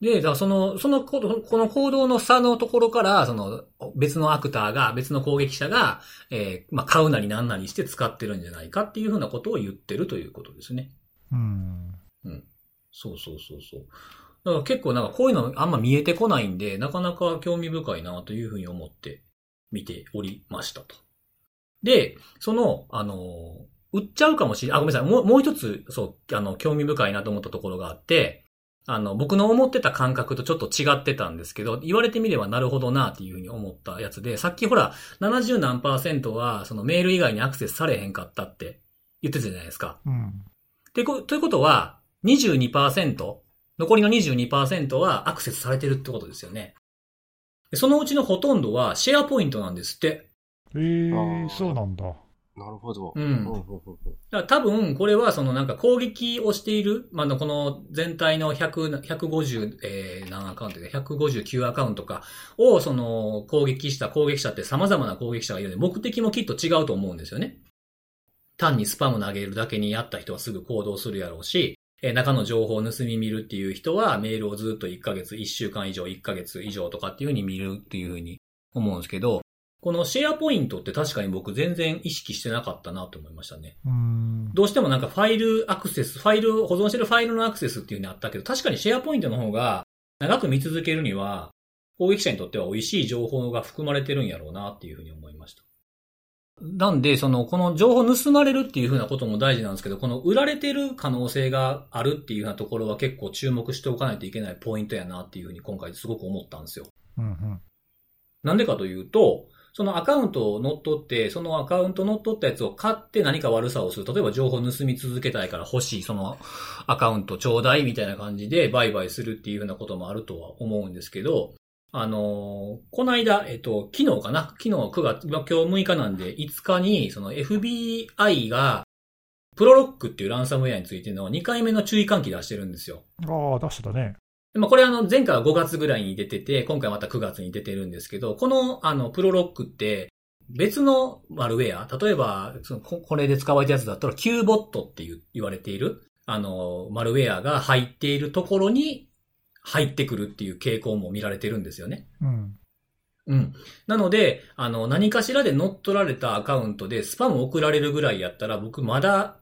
で、だからその、そのこ、この行動の差のところから、その、別のアクターが、別の攻撃者が、えーまあ、買うなりなんなりして使ってるんじゃないかっていうふうなことを言ってるということですね。うん。そうそうそうそう。だから結構なんかこういうのあんま見えてこないんで、なかなか興味深いなというふうに思って見ておりましたと。で、その、あのー、売っちゃうかもしれ、あ、ごめんなさい。もう、もう一つ、そう、あの、興味深いなと思ったところがあって、あの、僕の思ってた感覚とちょっと違ってたんですけど、言われてみればなるほどなっていうふうに思ったやつで、さっきほら、70何パーセントは、そのメール以外にアクセスされへんかったって言ってたじゃないですか。うん。で、こということは、22%、残りの22%はアクセスされてるってことですよね。でそのうちのほとんどはシェアポイントなんですって。えーあーそうなんだ。なるほど。うんうんうんうんうんだから多分、これはそのなんか攻撃をしている、まああの、この全体の100、150、えー、何アカウントで、159アカウントか、をその攻撃した攻撃者って様々な攻撃者がいるので、目的もきっと違うと思うんですよね。単にスパム投げるだけにやった人はすぐ行動するやろうし、えー中の情報を盗み見るっていう人はメールをずっと1ヶ月、1週間以上、1ヶ月以上とかっていう風に見るっていう風に思うんですけど、このシェアポイントって確かに僕全然意識してなかったなと思いましたね。うーん。どうしてもなんかファイルアクセス、ファイル、保存してるファイルのアクセスっていうのあったけど、確かにシェアポイントの方が長く見続けるには、攻撃者にとっては美味しい情報が含まれてるんやろうなっていうふうに思いました。なんで、その、この情報盗まれるっていうふうなことも大事なんですけど、この売られてる可能性があるっていうふうなところは結構注目しておかないといけないポイントやなっていうふうに今回すごく思ったんですよ。うんうん。なんでかというと、そのアカウントを乗っ取って、そのアカウント乗っ取ったやつを買って何か悪さをする。例えば情報盗み続けたいから欲しい、そのアカウントちょうだいみたいな感じで売買するっていうようなこともあるとは思うんですけど、あのーこの間、えっと、昨日かな昨日9月、まあ今日6日なんで、5日に、その FBI が、プロロックっていうランサムウェアについての2回目の注意喚起出してるんですよ。ああ、出してたね。でまあ、これあの、前回は5月ぐらいに出てて、今回また9月に出てるんですけど、この、あの、プロロックって、別のマルウェア、例えば、そのここれで使われたやつだったら、キューボットっていう言われている、あの、マルウェアが入っているところに入ってくるっていう傾向も見られてるんですよね。うん。うん。なので、あの、何かしらで乗っ取られたアカウントでスパム送られるぐらいやったら、僕まだ、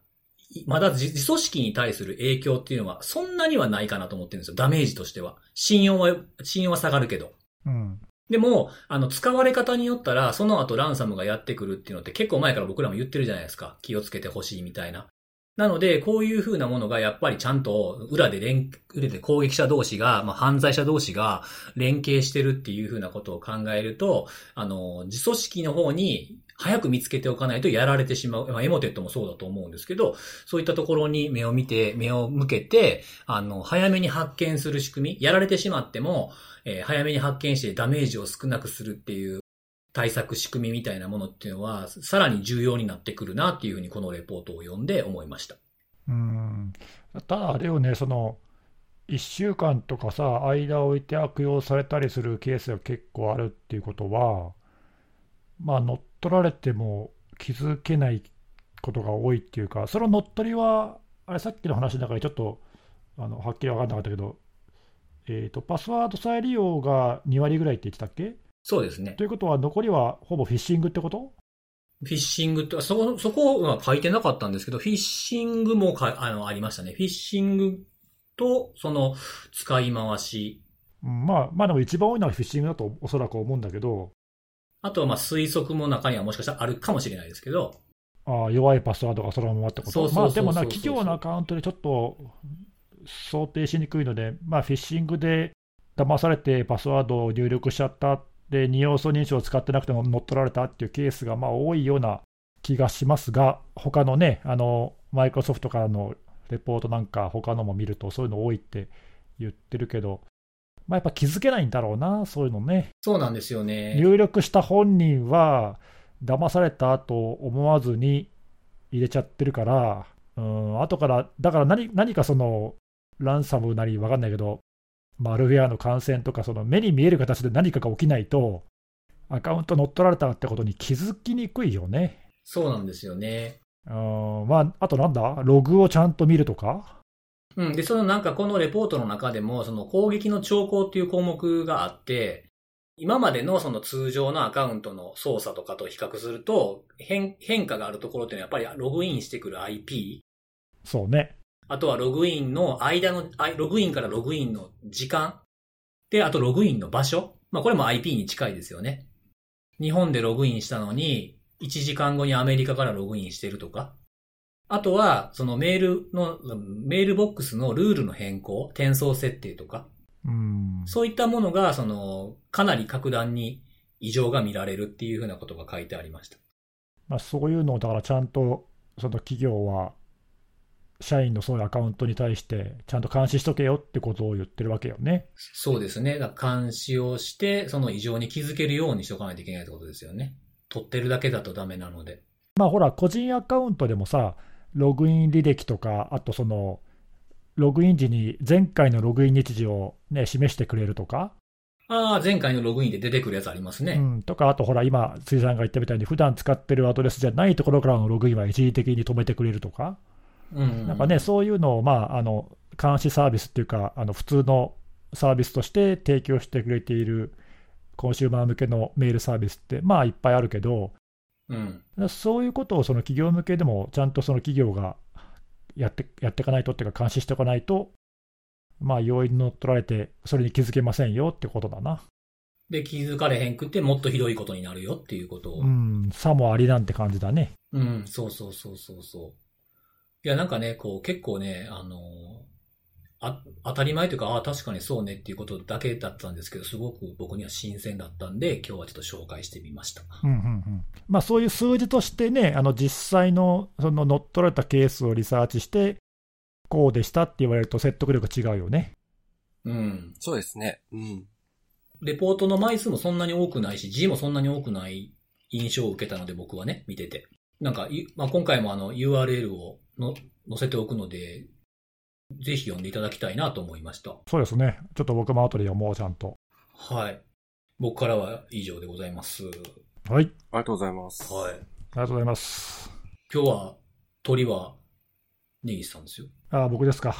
まだ自自組織に対する影響っていうのは、そんなにはないかなと思ってるんですよ。ダメージとしては。信用は、信用は下がるけど。うん。でも、あの、使われ方によったら、その後ランサムがやってくるっていうのって結構前から僕らも言ってるじゃないですか。気をつけてほしいみたいな。なので、こういう風なものがやっぱりちゃんと裏で連、裏で攻撃者同士が、まあ、犯罪者同士が連携してるっていう風なことを考えると、あの、自組織の方に早く見つけておかないとやられてしまう。まあ、エモテットもそうだと思うんですけど、そういったところに目を見て、目を向けて、あの、早めに発見する仕組み、やられてしまっても、えー早めに発見してダメージを少なくするっていう対策仕組みみたいなものっていうのは、さらに重要になってくるなっていうふうにこのレポートを読んで思いました。うん。ただ、あれよね、その、1週間とかさ、間を置いて悪用されたりするケースが結構あるっていうことは、まあ、乗っ取られても気づけないことが多いっていうか、その乗っ取りは、あれ、さっきの話の中でちょっと、あの、はっきり分かんなかったけど、えっと、パスワード再利用が2割ぐらいって言ってたっけそうですねと。いうことは、残りはほぼフィッシングってことフィッシングと、そこ、そこは書いてなかったんですけど、フィッシングもかあのありましたね。フィッシングと、その、使い回し。うんまあ、まあでも一番多いのはフィッシングだとおそらく思うんだけど、あとは、まあ、推測も中にはもしかしたらあるかもしれないですけど、ああ弱いパスワードがそのままってこそうそうと。そうまあでもそな、うそうそう企業のアカウントでちょっと想定しにくいので、まあフィッシングで騙されてパスワードを入力しちゃったで、二要素認証を使ってなくても乗っ取られたっていうケースがまあ多いような気がしますが、他のね、あの、マイクロソフトからのレポートなんか、他のも見るとそういうの多いって言ってるけど、まあやっぱ気づけないんだろうな、そういうのね。そうなんですよね。入力した本人は騙されたと思わずに入れちゃってるから、うん、後から、だから何何かそのランサムなり分かんないけど、マルウェアの感染とか、その目に見える形で何かが起きないと、アカウント乗っ取られたってことに気づきにくいよね。そうなんですよね。うん、まあ、あとなんだ、ログをちゃんと見るとか、うん。で、そのなんかこのレポートの中でも、その攻撃の兆候っていう項目があって、今までのその通常のアカウントの操作とかと比較すると、変、変化があるところっていうのはやっぱりログインしてくる IP、そうね、あとはログインの間の、あログインからログインの時間。で、あとログインの場所。まあこれも IP に近いですよね。日本でログインしたのに、1時間後にアメリカからログインしてるとか。あとは、そのメールの、うんメールボックスのルールの変更、転送設定とか。うん、そういったものが、その、かなり格段に異常が見られるっていうふうなことが書いてありました。まあ、そういうのをだからちゃんとその企業は社員のそういうアカウントに対してちゃんと監視しとけよってことを言ってるわけよね。そうですね。だから監視をして、その異常に気づけるようにしとかないといけないってことですよね。撮ってるだけだとダメなので。まあほら個人アカウントでもさログイン履歴とかあとそのログイン時に前回のログイン日時を、ね、示してくれるとか、ああ、前回のログインで出てくるやつありますうね。ん、とかあとほら今辻さんが言ったみたいに普段使ってるアドレスじゃないところからのログインは一時的に止めてくれるとか。うん。なんかね、そういうのを、まあ、あの監視サービスっていうか、あの普通のサービスとして提供してくれているコンシューマー向けのメールサービスって、まあ、いっぱいあるけど、うん。そういうことをその企業向けでも、ちゃんとその企業がやってやっていかないとっていうか、監視しておかないと、まあ、容易に乗っ取られて、それに気づけませんよってことだな。で、気づかれへんくってもっとひどいことになるよっていうことを。うん、さもありなんて感じだね。うん、そうそうそうそうそう。いや、なんかね、こう結構ね、あの、あ、当たり前というか、ああ、確かにそうねっていうことだけだったんですけど、すごく僕には新鮮だったんで、今日はちょっと紹介してみました。うんうんうんまあ、そういう数字としてね、あの実際のその乗っ取られたケースをリサーチして、こうでしたって言われると説得力違うよね。うん。そうですね。うん。レポートの枚数もそんなに多くないし、字もそんなに多くない印象を受けたので、僕はね、見てて。なんかい、まあ、今回もあの、URL をの載せておくので、ぜひ読んでいただきたいなと思いました。そうですね。ちょっと僕も後で読もう、ちゃんと。はい。僕からは以上でございます。はい。はい。ありがとうございます。ありがとうございます。今日は、鳥は、ネギスさんですよ。あー僕ですか。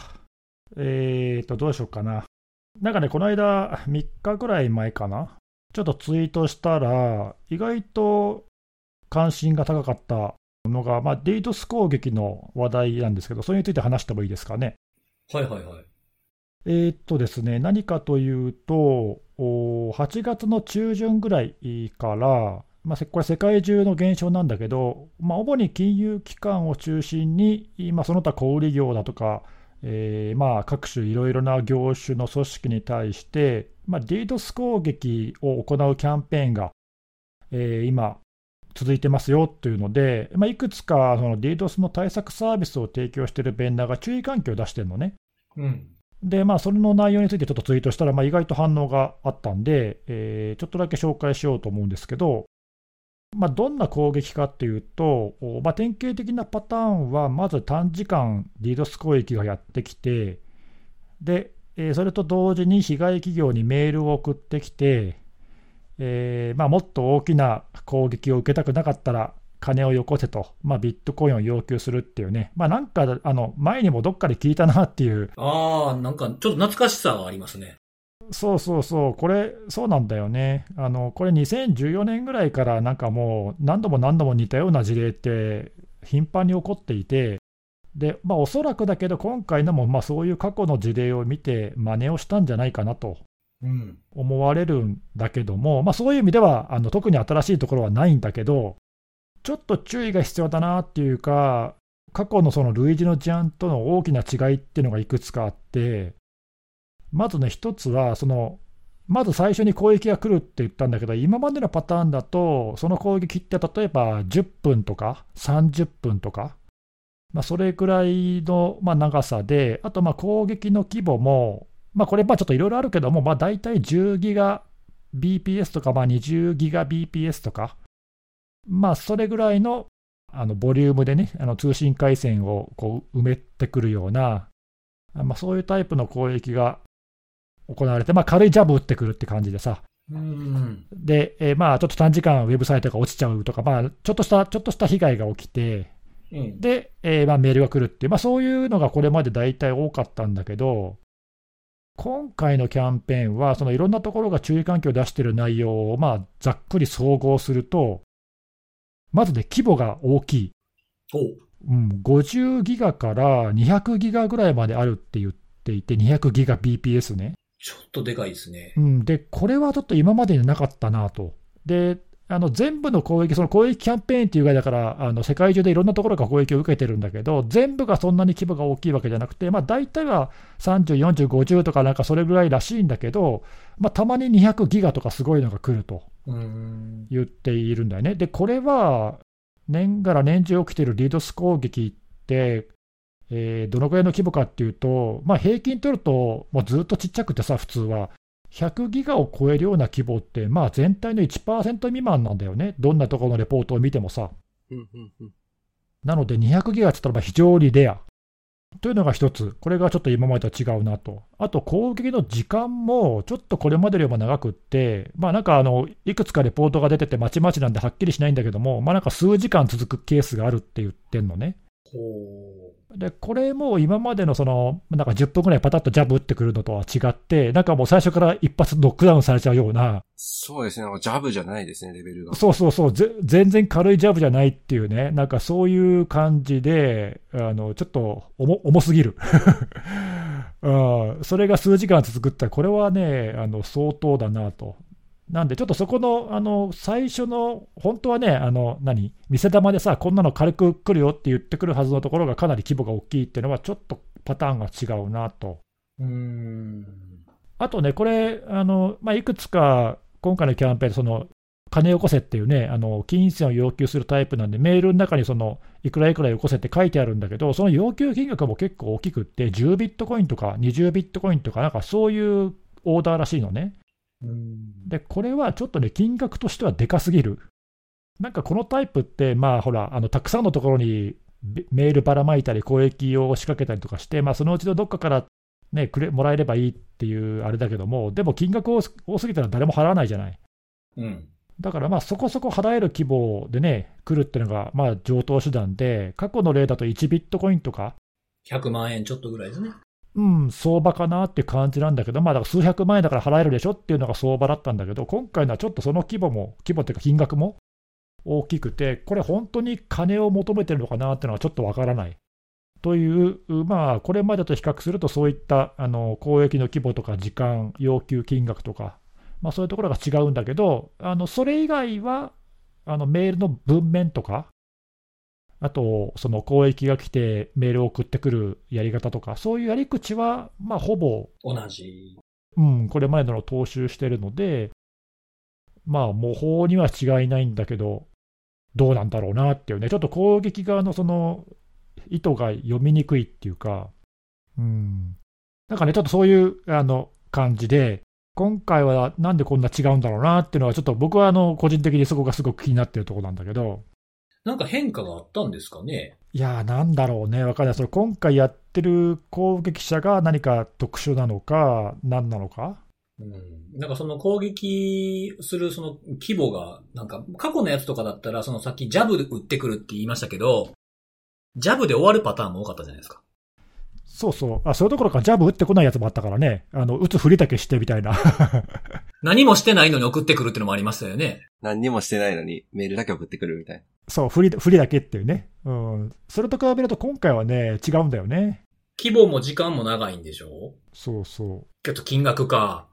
えーと、どうしようかな。なんかね、この間、3日ぐらい前かな。ちょっとツイートしたら、意外と関心が高かったのが、まあ、デイドス攻撃の話題なんですけど、それについて話してもいいですかね。はいはいはい。えーっとですね、何かというと、おー8月の中旬ぐらいから、まあ、せこれ、世界中の現象なんだけど、まあ、主に金融機関を中心に、まあ、その他小売業だとか、えーまあ各種いろいろな業種の組織に対して、まあ、DDoS 攻撃を行うキャンペーンが、えー今、続いてますよというので、まあ、いくつかその DDoS の対策サービスを提供しているベンダーが注意喚起を出してるのね。うん。で、まあ、それの内容についてちょっとツイートしたら、まあ、意外と反応があったんで、えーちょっとだけ紹介しようと思うんですけど、まあ、どんな攻撃かっていうと、おまあ、典型的なパターンは、まず短時間 DDoS 攻撃がやってきて、で、えーそれと同時に被害企業にメールを送ってきて、えーまあ、もっと大きな攻撃を受けたくなかったら、金をよこせと、まあ、ビットコインを要求するっていうね、まあ、なんかあの前にもどっかで聞いたなっていうあー、なんか、ちょっと懐かしさがありますね。そうそうそう、これ、そうなんだよね。あの、これ2014年ぐらいからなんかもう何度も何度も似たような事例って頻繁に起こっていて、で、まあおそらくだけど今回のもまあそういう過去の事例を見て真似をしたんじゃないかなとうん。思われるんだけども、まあそういう意味ではあの特に新しいところはないんだけど、ちょっと注意が必要だなっていうか、過去のその類似の事案との大きな違いっていうのがいくつかあって、まずね、一つは、その、まず最初に攻撃が来るって言ったんだけど、今までのパターンだと、その攻撃って例えば10分とか30分とか、まあ、それくらいの、まあ、長さで、あとまあ攻撃の規模も、まあ、これ、まあちょっといろいろあるけども、まあ、大体10ギガ BPS とか、まあ、20ギガ BPS とか、まあ、それぐらいのあのボリュームでね、あの通信回線をこう埋めてくるような、まあ、そういうタイプの攻撃が行われて、まあ、軽いジャブ打ってくるって感じでさ、うん。で、えーまあ、ちょっと短時間ウェブサイトが落ちちゃうとか、まあ、ちょっとした、ちょっとした被害が起きて、うん。で、えーまあ、メールが来るっていう、まあ、そういうのがこれまで大体多かったんだけど、今回のキャンペーンは、そのいろんなところが注意喚起を出している内容を、まあ、ざっくり総合すると、まずね、規模が大きい。おうん、50ギガから200ギガぐらいまであるって言っていて、200ギガ BPS ね。ちょっとでかいですねう。ん、で、これはちょっと今までになかったなと。で、あの全部の攻撃、その攻撃キャンペーンっていうぐらいだから、あの世界中でいろんなところが攻撃を受けてるんだけど、全部がそんなに規模が大きいわけじゃなくて、まあ、大体は30、40、50とかなんかそれぐらいらしいんだけど、まあ、たまに200ギガとかすごいのが来ると。うん。言っているんだよね。で、これは年がら年中起きている DDoS 攻撃って、えーどのぐらいの規模かっていうと、まあ、平均取ると、もうずっとちっちゃくてさ、普通は、100ギガを超えるような規模って、まあ、全体の1%未満なんだよね、どんなところのレポートを見てもさ。うんうんうんなので200ギガって言ったらまあ非常にレア。というのが一つ、これがちょっと今までとは違うなと。あと攻撃の時間もちょっとこれまでよりも長くって、まあなんかあの、いくつかレポートが出ててまちまちなんではっきりしないんだけども、まあなんか数時間続くケースがあるって言ってんのね。ほで、これも今までのその、なんか10分ぐらいパタッとジャブ打ってくるのとは違って、なんかもう最初から一発ノックダウンされちゃうような、そうですね。ジャブじゃないですね、レベルが。そうそうそう、ぜ全然軽いジャブじゃないっていうね、なんかそういう感じで、あのちょっと重重すぎる、 うん、それが数時間続くって、これはね、あの相当だなと。なんで、ちょっとそこのあの最初の、本当はね、あの何、見せ玉でさ、こんなの軽く来るよって言ってくるはずのところが、かなり規模が大きいっていうのは、ちょっとパターンが違うなと。う。うん。あとね、これ、あのまあ、いくつか今回のキャンペーンでその、金よこせっていうね、あの金銭を要求するタイプなんで、メールの中にそのいくらいくらよこせって書いてあるんだけど、その要求金額も結構大きくって、10ビットコインとか20ビットコインとか、なんかそういうオーダーらしいのね。うん。で、これはちょっとね、金額としてはでかすぎる。なんかこのタイプって、まあほら、あのたくさんのところにべメールばらまいたり、公益を仕掛けたりとかして、まあ、そのうちのどっかから、ね、くれもらえればいいっていうあれだけども、でも金額多す多すぎたら誰も払わないじゃない。うん。だからまあそこそこ払える規模でね、来るっていうのがまあ上等手段で、過去の例だと1ビットコインとか、 100万円ちょっとぐらいですね。うん、相場かなっていう感じなんだけど、まあ、だから数百万円だから払えるでしょっていうのが相場だったんだけど、今回のはちょっとその規模も、規模っていうか金額も大きくて、これ、本当に金を求めてるのかなっていうのはちょっとわからない。という、まあ、これまでと比較すると、そういったあの公益の規模とか、時間、要求金額とか、まあ、そういうところが違うんだけど、あのそれ以外はあのメールの文面とか、あと、その公益が来てメールを送ってくるやり方とか、そういうやり口は、まあ、ほぼ、同じ。うん、これまでのを踏襲してるので、まあ、模倣には違いないんだけど、どうなんだろうなっていうね、ちょっと攻撃側のその意図が読みにくいっていうか、うん、なんかね、ちょっとそういうあの感じで、今回はなんでこんな違うんだろうなっていうのは、ちょっと僕はあの個人的にそこがすごく気になってるところなんだけど、なんか変化があったんですかねいやー、なんだろうね、わかんない、その今回やってる攻撃者が何か特殊なのか、何なのか、うん。なんかその攻撃するその規模が、なんか過去のやつとかだったら、そのさっきジャブで打ってくるって言いましたけど、ジャブで終わるパターンも多かったじゃないですか。そうそう、あそういうところか、ジャブ打ってこないやつもあったからね、あの打つふりだけしてみたいな、 何もしてないのに送ってくるってのもありましたよね。何にもしてないのに、メールだけ送ってくるみたいな。そう振り、振りだけっていうね、うん、それと比べると今回はね、違うんだよね、規模も時間も長いんでしょそうそう、けど金額か。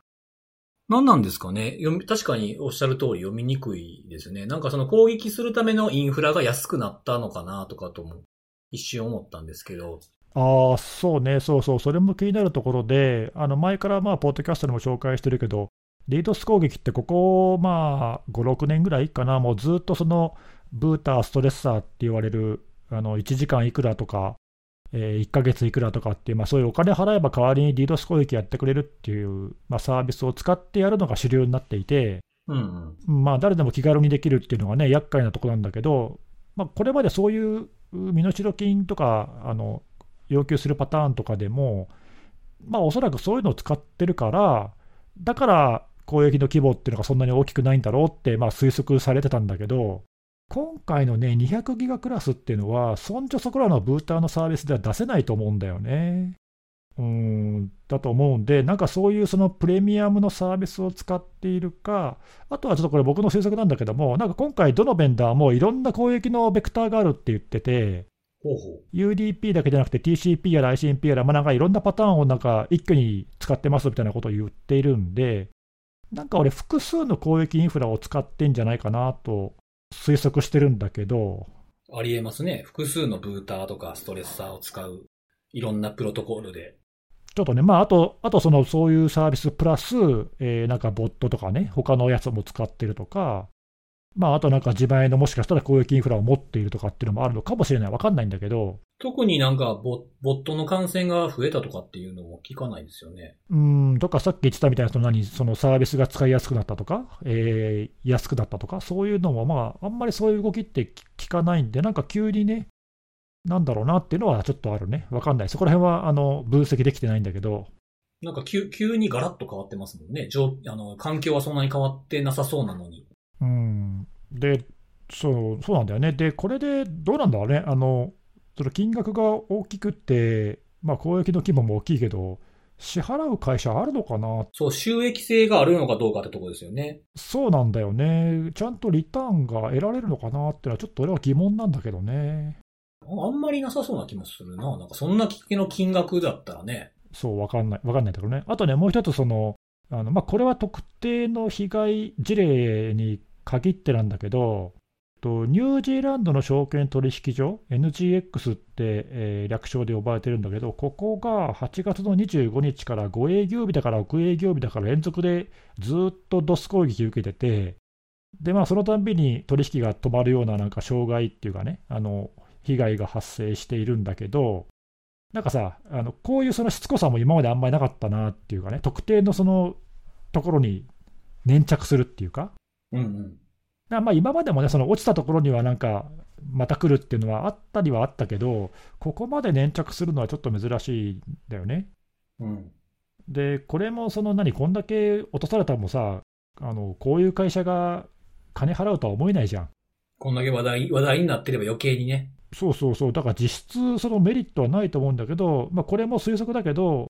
何なんですかね読み、確かにおっしゃる通り読みにくいですね。なんかその攻撃するためのインフラが安くなったのかなとかとも一瞬思ったんですけど。ああ、そうね、そうそう、それも気になるところで、あの前からまあ、ポッドキャストでも紹介してるけど、リードス攻撃って、ここ、まあ、5、6年ぐらいかな、もうずっとその、ブーター、ストレッサーって言われる、あの1時間いくらとか、え1ヶ月いくらとかっていう、まあ、そういうお金払えば代わりにリードス攻撃やってくれるっていう、まあ、サービスを使ってやるのが主流になっていて、うんうん。まあ、誰でも気軽にできるっていうのがね、厄介なとこなんだけど、まあ、これまでそういう身代金とかあの要求するパターンとかでも、まあ、おそらくそういうのを使ってるから、だから攻撃の規模っていうのがそんなに大きくないんだろうって、まあ、推測されてたんだけど、今回のね、200ギガクラスっていうのは、そんじょそこらのブーターのサービスでは出せないと思うんだよね。うーんだと思うんで、なんかそういうそのプレミアムのサービスを使っているか、あとはちょっとこれ僕の推測なんだけども、なんか今回どのベンダーもいろんな攻撃のベクターがあるって言ってて、ほうほう。 UDP だけじゃなくて TCP やら ICMP やら、まあ、なんかいろんなパターンをなんか一挙に使ってますみたいなことを言っているんで、なんか俺複数の攻撃インフラを使ってんじゃないかなと推測してるんだけど、ありえますね。複数のブーターとかストレッサーを使う。いろんなプロトコルで。ちょっとね、まあ、あと、あとその、そういうサービスプラス、えーなんかボットとかね、他のやつも使ってるとか、まあ、あとなんか自前のもしかしたら攻撃インフラを持っているとかっていうのもあるのかもしれない。わかんないんだけど、特になんかボボットの感染が増えたとかっていうのも聞かないですよね。うーん、とかさっき言ってたみたいな、その何、そのサービスが使いやすくなったとか、えー安くなったとか、そういうのも、まあ、あんまりそういう動きって聞聞かないんで、なんか急にね、なんだろうなっていうのはちょっとあるね。わかんない。そこら辺は、あの、分析できてないんだけど、なんか急急にガラッと変わってますもんね。状あの環境はそんなに変わってなさそうなのに。うん、でそう、そうなんだよね、で、これでどうなんだろうね、あのその金額が大きくって、まあ、公益の規模も大きいけど、支払う会社あるのかな、そう、収益性があるのかどうかってとこですよね。そうなんだよね、ちゃんとリターンが得られるのかなっていうのは、ちょっと俺は疑問なんだけどね、ああんまりなさそうな気もするな。なんかそんな聞きの金額だったらね。そう、わかんない、わかんないんだけどね、あとね、もう一つその、あのまあ、これは特定の被害事例に限ってなんだけど、とニュージーランドの証券取引所、NGX って、えー略称で呼ばれてるんだけど、ここが8月の25日から5営業日だから6営業日だから連続でずっとドス攻撃受けてて、でまあ、そのたんびに取引が止まるようななんか障害っていうかね、あの被害が発生しているんだけど、なんかさ、あのこういうそのしつこさも今まであんまりなかったなっていうかね、特定のそのところに粘着するっていうか、うんうん。だからまあ今までもね、その落ちたところにはなんか、また来るっていうのはあったりはあったけど、ここまで粘着するのはちょっと珍しいんだよね。うん。で、これもその何、こんだけ落とされたのもさ、あのこういう会社が金払うとは思えないじゃん。こんだけ話題、話題になってれば余計にね。そうそうそう、だから実質、そのメリットはないと思うんだけど、まあ、これも推測だけど、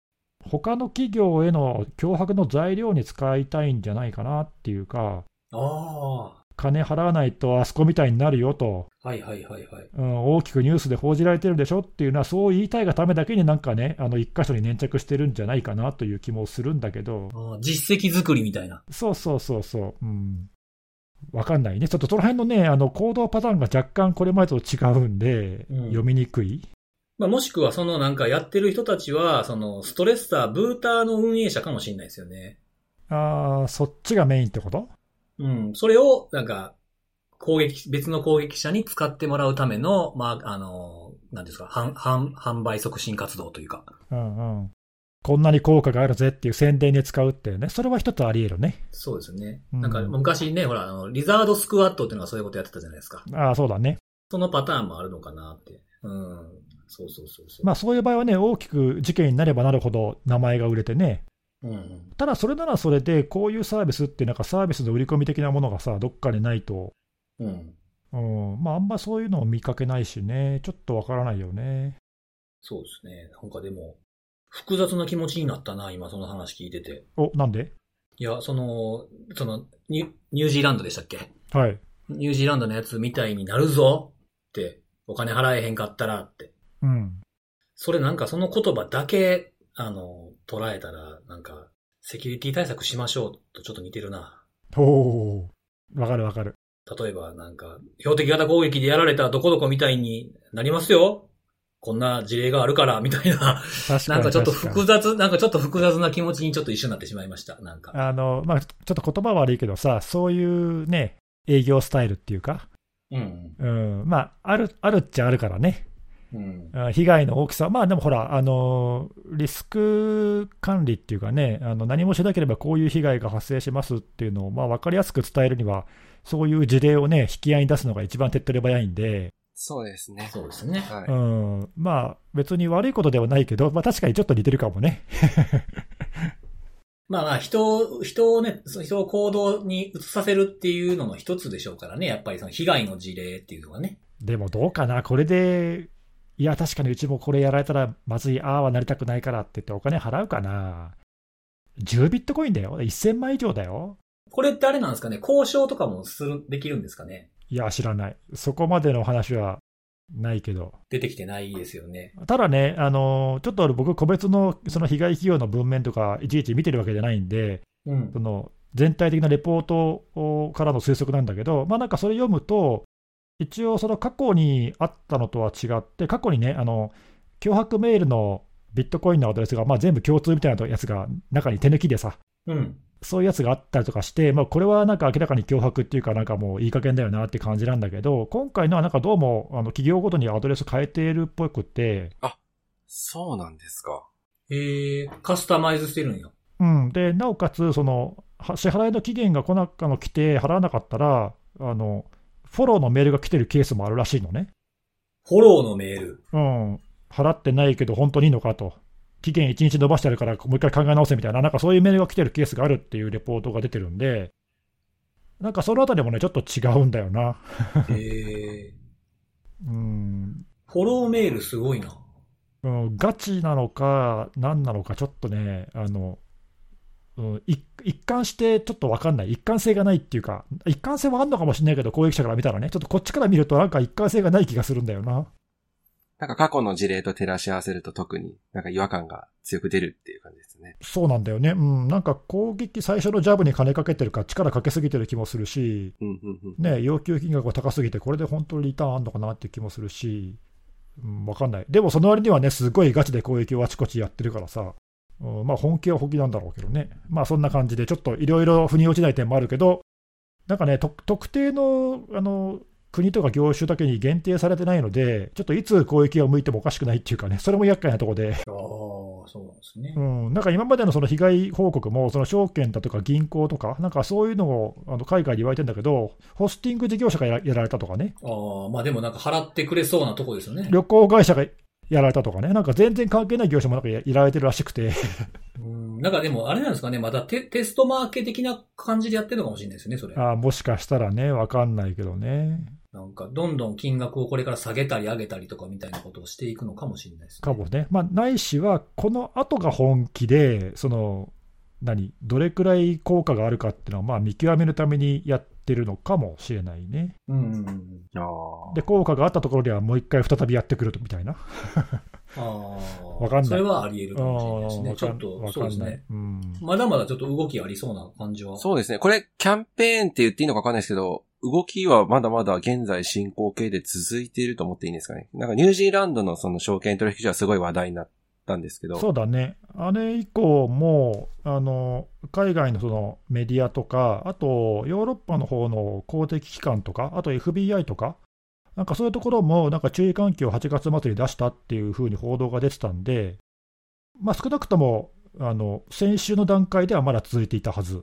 他の企業への脅迫の材料に使いたいんじゃないかなっていうか、ああ。は金払わないとあそこみたいになるよと、いはいはいはい。うん、大きくニュースで報じられてるでしょっていうのは、そう言いたいがためだけになんかね、あの一箇所に粘着してるんじゃないかなという気もするんだけど、ああ実績作りみたいな。そうそうそうそう、うん、わかんないね、ちょっとその辺のね、あの行動パターンが若干これまでと違うんで、うん読みにくい。まあ、もしくはそのなんかやってる人たちは、そのストレッサー、ブーターの運営者かもしれないですよね。あーそっちがメインってことうん。それを、なんか、攻撃、別の攻撃者に使ってもらうための、まあ、あの、なんですか、販、販、販売促進活動というか。うんうん。こんなに効果があるぜっていう宣伝に使うっていうね、それは一つあり得るね。そうですね。うんなんか、昔ね、ほら、あの、リザードスクワットっていうのはそういうことやってたじゃないですか。ああ、そうだね。そのパターンもあるのかなって。うん。そうそうそうそう。まあそういう場合はね、大きく事件になればなるほど名前が売れてね、うんうん。ただそれならそれで、こういうサービスって、なんかサービスの売り込み的なものがさ、どっかにないと、うん。うん、まあ、あんまそういうのを見かけないしね、ちょっとわからないよね。そうですね。なんかでも、複雑な気持ちになったな、今その話聞いてて。お、なんでいや、その、その、ニュニュージーランドでしたっけはい。ニュージーランドのやつみたいになるぞって、お金払えへんかったらって。うん。それなんかその言葉だけ、あの、捉えたら、なんか、セキュリティ対策しましょうとちょっと似てるな。おー、わかるわかる。例えばなんか、標的型攻撃でやられたどこどこみたいになりますよこんな事例があるから、みたいな。確かなに。んかちょっと確複に雑、なんかちょっと複雑な気持ちにちょっと一緒になってしまいました。なんか。あの、まあ、ちょっと言葉は悪いけどさ、そういうね、営業スタイルっていうか、うん。うん、まあ、ある、あるっちゃあるからね。うん。うん被害の大きさ、まあでもほら、あのリスク管理っていうかね、あの何もしなければこういう被害が発生しますっていうのを、まあ、分かりやすく伝えるには、そういう事例をね、引き合いに出すのが一番手っ取り早いんで、そうですね。そうですね。はうい。ん、まあ、別に悪いことではないけど、まあ、確かにちょっと似てるかもね。まあまあ、人を、人をね、そう人を行動に移させるっていうのの一つでしょうからね。やっぱりその被害の事例っていうのがね。でもどうかな、これで、いや、確かにうちもこれやられたらまずい、ああはなりたくないからって言って、お金払うかな。10ビットコインだよ、1000万以上だよ。これってあれなんですかね交渉とかもする、できるんですかねいや、知らない。そこまでの話はないけど。出てきてないですよね。ただね、あのちょっと僕、個別のその被害企業の文面とか、いちいち見てるわけじゃないんで、うんそ。の全体的なレポートをからの推測なんだけど、まあ、なんかそれ読むと、一応、その過去にあったのとは違って、過去にね、あの脅迫メールのビットコインのアドレスが、まあ、全部共通みたいなやつが中に手抜きでさ、うん。そういうやつがあったりとかして、まあ、これはなんか明らかに脅迫っていうか、なんかもういい加減だよなって感じなんだけど、今回のはなんかどうもあの企業ごとにアドレス変えているっぽくて、そうなんですか。えー、カスタマイズしてるんや。うん、でなおかつその、は支払いの期限が来なあの来て、払わなかったらあの、フォローのメールが来てるケースもあるらしいのね、フォローのメール。うん、払ってないけど、本当にいいのかと、期限1日延ばしてあるから、もう一回考え直せみたいな、なんかそういうメールが来てるケースがあるっていうレポートが出てるんで、なんかそのあたりもね、ちょっと違うんだよな。えー、うんフォローメールすごいな。うん、ガチなのか、何なのか、ちょっとね、あの、うん、一一貫してちょっと分かんない、一貫性がないっていうか、一貫性はあるのかもしれないけど、攻撃者から見たらね、ちょっとこっちから見ると、なんか一貫性がない気がするんだよな。なんか過去の事例と照らし合わせると特になんか違和感が強く出るっていう感じですね。そうなんだよね、うん、なんか攻撃、最初のジャブに金かけてるか、力かけすぎてる気もするし、うん、うん、うん。ね、要求金額が高すぎて、これで本当にリターンあんのかなっていう気もするし、うん、分かんない、でもその割にはね、すごいガチで攻撃をあちこちやってるからさ、うんまあ、本気は本気なんだろうけどね、まあそんな感じで、ちょっといろいろ腑に落ちない点もあるけど、なんかね、と特定のあの国とか業種だけに限定されてないので、ちょっといつ攻撃が向いてもおかしくないっていうかね、それも厄介なとこあで、あ、そうなんですねう。ん、なんか今までのその被害報告も、その証券だとか銀行とか、なんかそういうのをあの海外で言われてんだけど、ホスティング事業者がややられたとかね、ああ、まあでもなんか払ってくれそうなとこですよね。旅行会社がやられたとかね、なんか全然関係ない業者もなんかややられてるらしくて、 うんなんかでも、あれなんですかね、またテテストマーケ的な感じでやってるのかもしれないですね、それ。あーもしかしたらね、わかんないけどね。なんか、どんどん金額をこれから下げたり上げたりとかみたいなことをしていくのかもしれないです、ね。かもね、まあ、ないしは、この後が本気で、その何どれくらい効果があるかっていうのは、まあ、見極めるためにやってるのかもしれないね。うんうんうん。あで、効果があったところでは、もう一回再びやってくるみたいな。ああ。わかんないそれはあり得るかもしれないですあね。ーちょっと、わかんそうですわかんないね。うんまだまだちょっと動きありそうな感じは。そうですね。これ、キャンペーンって言っていいのかわかんないですけど、動きはまだまだ現在進行形で続いていると思っていいんですかね。なんかニュージーランドのその証券取引所はすごい話題になったんですけど。そうだね、あれ以降もあの海外のそのメディアとか、あとヨーロッパの方の公的機関とか、あと FBI とか、なんかそういうところも、なんか注意喚起を8月末に出したっていうふうに報道が出てたんで、まあ、少なくともあの先週の段階ではまだ続いていたはず。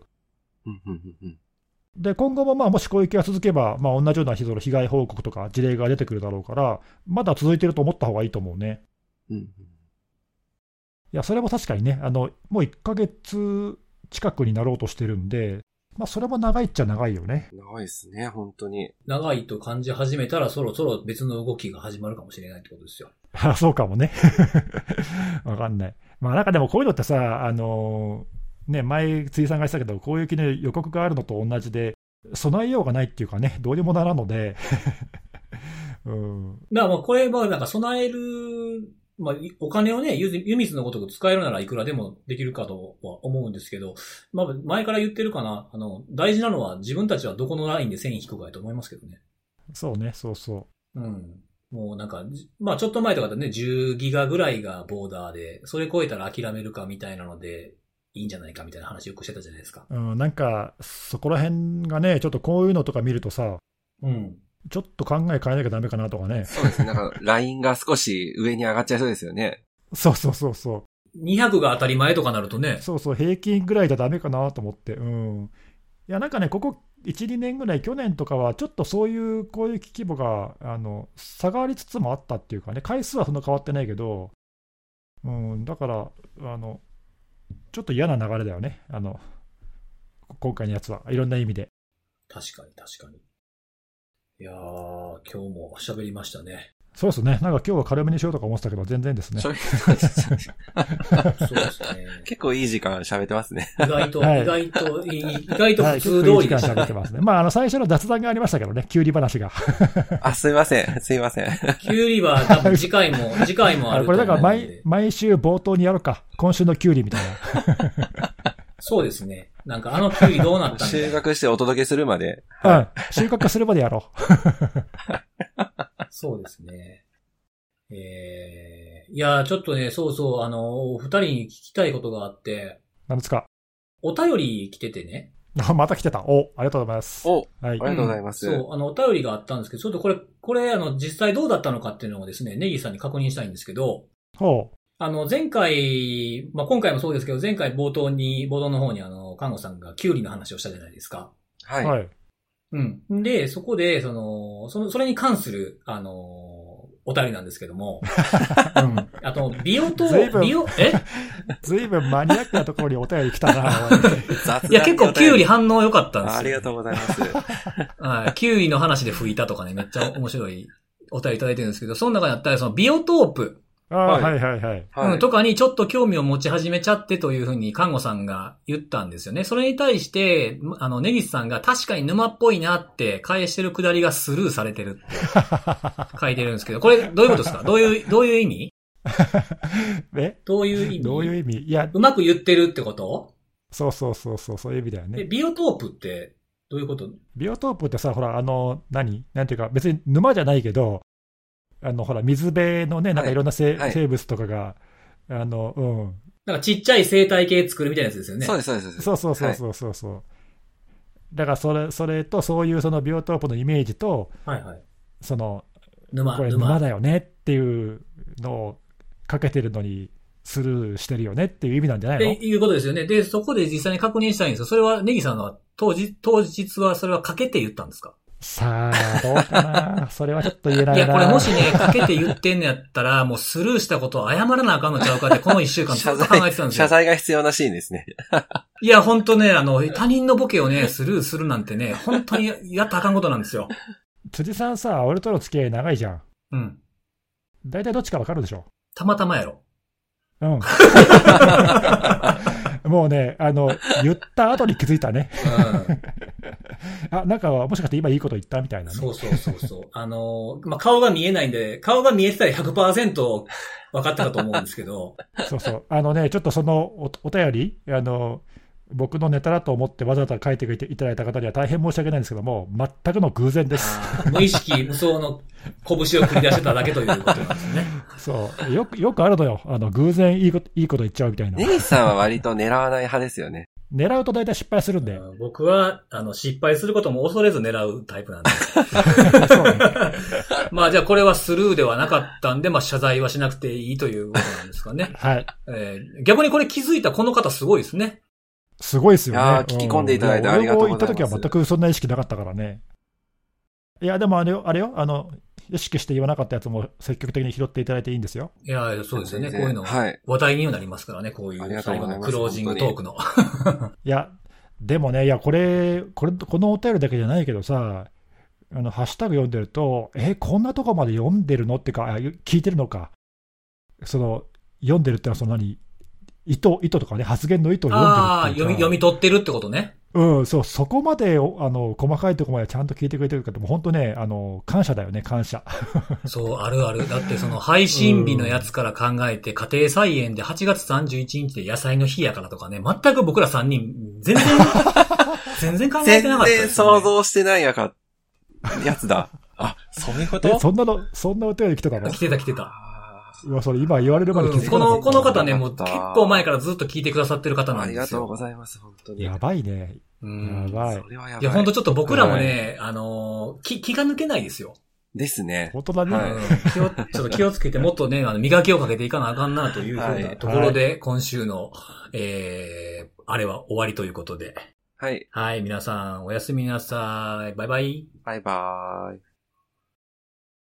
うんうんうんうんで今後もまあもし攻撃が続けば、まあ、同じようなその被害報告とか事例が出てくるだろうから、まだ続いてると思った方がいいと思うね。うんうんいや、それも確かにね、あのもう1ヶ月近くになろうとしてるんで、まあ、それも長いっちゃ長いよね。 長いですね、本当に。長いと感じ始めたら、そろそろ別の動きが始まるかもしれないってことですよ。あそうかもね。 わかんない。まあ、なんかでもこういうのってさ、あのーね、前、辻さんが言ってたけど、こういう気の予告があるのと同じで、備えようがないっていうかね、どうにもならんので、 うん、だからまあこれはなんか備える、まあいお金をね、ゆず湯水のごとく使えるならいくらでもできるかとは思うんですけど、まあ前から言ってるかな、あの、大事なのは自分たちはどこのラインで線引くかやと思いますけどね。そうね、そうそう。うん。もうなんか、じまあちょっと前とかだとね、10ギガぐらいがボーダーで、それ超えたら諦めるかみたいなので、いいんじゃないかみたいな話よくしてたじゃないですか。うん、なんか、そこら辺がね、ちょっとこういうのとか見るとさ、うん。ちょっと考え変えなきゃダメかなとかね。 そうですね。なん か、ラインが少し上に上がっちゃいそうですよね。そうそうそうそう。 200が当たり前とかなるとね、そうそう、平均ぐらいじゃダメかなと思って。うん。いや、なんかね、ここ1、2年ぐらい、去年とかは、ちょっとそういう攻撃規模が、あの、下がりつつもあったっていうかね、回数はそんな変わってないけど、うん、だから、あの、ちょっと嫌な流れだよね。あの、こ今回のやつは、いろんな意味で。確かに確かに。いやー、今日も喋りましたね。そうですね。なんか今日は軽めにしようとか思ってたけど、全然ですねそ。ういうそうです ね。結構いい時間喋ってます ね。意外と、はい意外と、い意外とは普い、通結通構いりい時で間した喋ねってますね。まあ、あの、最初の雑談がありましたけどね、きゅうり話が。あ、すいません。すいません。キュウリは多分次回も、 次回もああるこれだからと思うん毎で、毎週冒頭にやろうか。今週のキュウリみたいそうですね。なんかあのキュウリどうなっ たんだ収穫してお届けするまで。な。うん。収穫するまでやろう。 そうですね。えー、いやー、ちょっとね、そうそう、あの、お二人に聞きたいことがあって、何ですか。 お便り来ててね。あまた来てた。お、ありがとうございます。お、はいあ。りがとうございます。そう、あの、お便りがあったんですけど、ちょっとこれ、これ、あの、実際どうだったのかっていうのをですね、ネギさんに確認したいんですけど、ほあの、前回、まあ、今回もそうですけど、前回冒頭に、冒頭の方にあの、看護さんがキュウリの話をしたじゃないですか。はう。い。はい。うん。で、そこで、その、その、それに関する、あの、お便りなんですけども、 うん。あと、美容と随、分美容、えずいぶんマニアックなところにお便り来た な。おい雑談いや、結構キュウリあ反応良かったんですよ。ありがとうございます。はい。キュウリの話で吹いたとかね、めっちゃ面白いお便りいただいてるんですけど、その中にあったら、その、ビオトープ。あはいはいはいはい。はういん、とかにちょっと興味を持ち始めちゃってというふうに看護さんが言ったんですよね。それに対して、まあの、ネギスさんが確かに沼っぽいなって返してるくだりがスルーされてるって書いてるんですけど、これどういうことです かどういう、どういう意味えどういう意味どういう意味いや、うまく言ってるってことそうそうそうそう、そういう意味だよえ、ね。ビオトープってどういうことビオトープってさ、ほら、あの、何なんていうか、別に沼じゃないけど、あの、ほら、水辺のね、なんかいろんなせ、はい生物とかが、あの、うん、なんかちっちゃい生態系作るみたいなやつですよね。そうです、そうです。そうそうそうそうそうそう、だからそれそれとそういうそのビオトープのイメージとはいはい。その沼、これ沼。沼だよねっていうのをかけてるのにスルーしてるよねっていう意味なんじゃないってのいうことですよね。で、そこで実際に確認したいんですよ。それは、ネギさんは当日、当日はそれはかけて言ったんですかさあ、どうかなそれはちょっと言えないいな。や、これもしね、かけて言ってんのやったら、 もうスルーしたことを謝らなあかんのちゃうかって、この一週間ず謝っと考えてたん罪、ですよ謝。罪が必要なシーンですね。いや、ほんとね、あの、他人のボケをね、スルーするなんてね、本当にや ったらあかんことなんですよ。辻さんさ、俺との付き合い長いじゃん。うん。大体どっちかわかるでしょ。たまたまやろ。 うん。もうね、あの、言った後に気づいたね。あ、なんか、もしかして今いいこと言ったみたいなね。そうそうそうそう。あの、まあ、顔が見えないんで、顔が見えてたら100%分かってたと思うんですけど、そうそう。あのね、ちょっとそのおお便り、あの、僕のネタだと思ってわざわざ書いていただいた方には大変申し訳ないんですけども、全くの偶然です。あー無意識、無双の拳を繰り出してただけということなんです ね。そう。よく、よくあるのよ。あの、偶然いいこと、いいこと言っちゃうみたいなネ。ギさんは割と狙わない派ですよね。狙うと大体失敗するんで。うん僕は、あの、失敗することも恐れず狙うタイプなんで。そうね。。まあじゃあこれはスルーではなかったんで、まあ謝罪はしなくていいということなんです かねはい。えー逆にこれ気づいたこの方すごいですね。すごいですよね。いやー聞き込んでいただいてうんありがとうございます俺も行った時は全くそんな意識なかったからね。いや、でもあれよ、あれよ、あの、意識して言わなかったやつも積極的に拾っていただいていいんですよ。いやいや、そうですよね。こ全う然いうのはい。話題にもなりますからね、こういありうがとう最ござ後いのますクロージングトークの。いや、でもね、いや、これ、これ、このお便りだけじゃないけどさ、あの、ハッシュタグ読んでると、え、こんなとこまで読んでるのってか、あ聞いてるのか。その、読んでるってのは、その何、意図、意図とかね、発言の意図を読んでるああ、っていう読かみ、読み取ってるってことね。うん、そう、そこまでおあの細かいところまでちゃんと聞いてくれてるかって、もう本当ねあの、感謝だよね、感謝。そう、あるある。だってその配信日のやつから考えて、家庭菜園で8月31日で野菜の日やからとかね、全く僕ら3人、全然、全然考え全てなかったですね、然想像してないやか、やつ だ。あ、そういうこえ、とそんなの、そんなお便り来てたの来てた来てた。あうわ、それ今言われるまで気づうんかこなかったの、この方ね、もうよか結った構前からずっと聞いてくださってる方ーなあんりでがすとうよ。ございます、本当に。やばいね。うんやばいそれはやばい。いや、本当ちょっと僕らもね、あのー、気、気が抜けないですよ。ですね。本当だね。はいうん気を、ちょっと気をつけて、もっとね、あの、磨きをかけていかなあかんなというふうはないところで、今週の、えー、あれは終わりということで。はい。はい、皆さん、おやすみなさい。バイバイ。バイバーイ。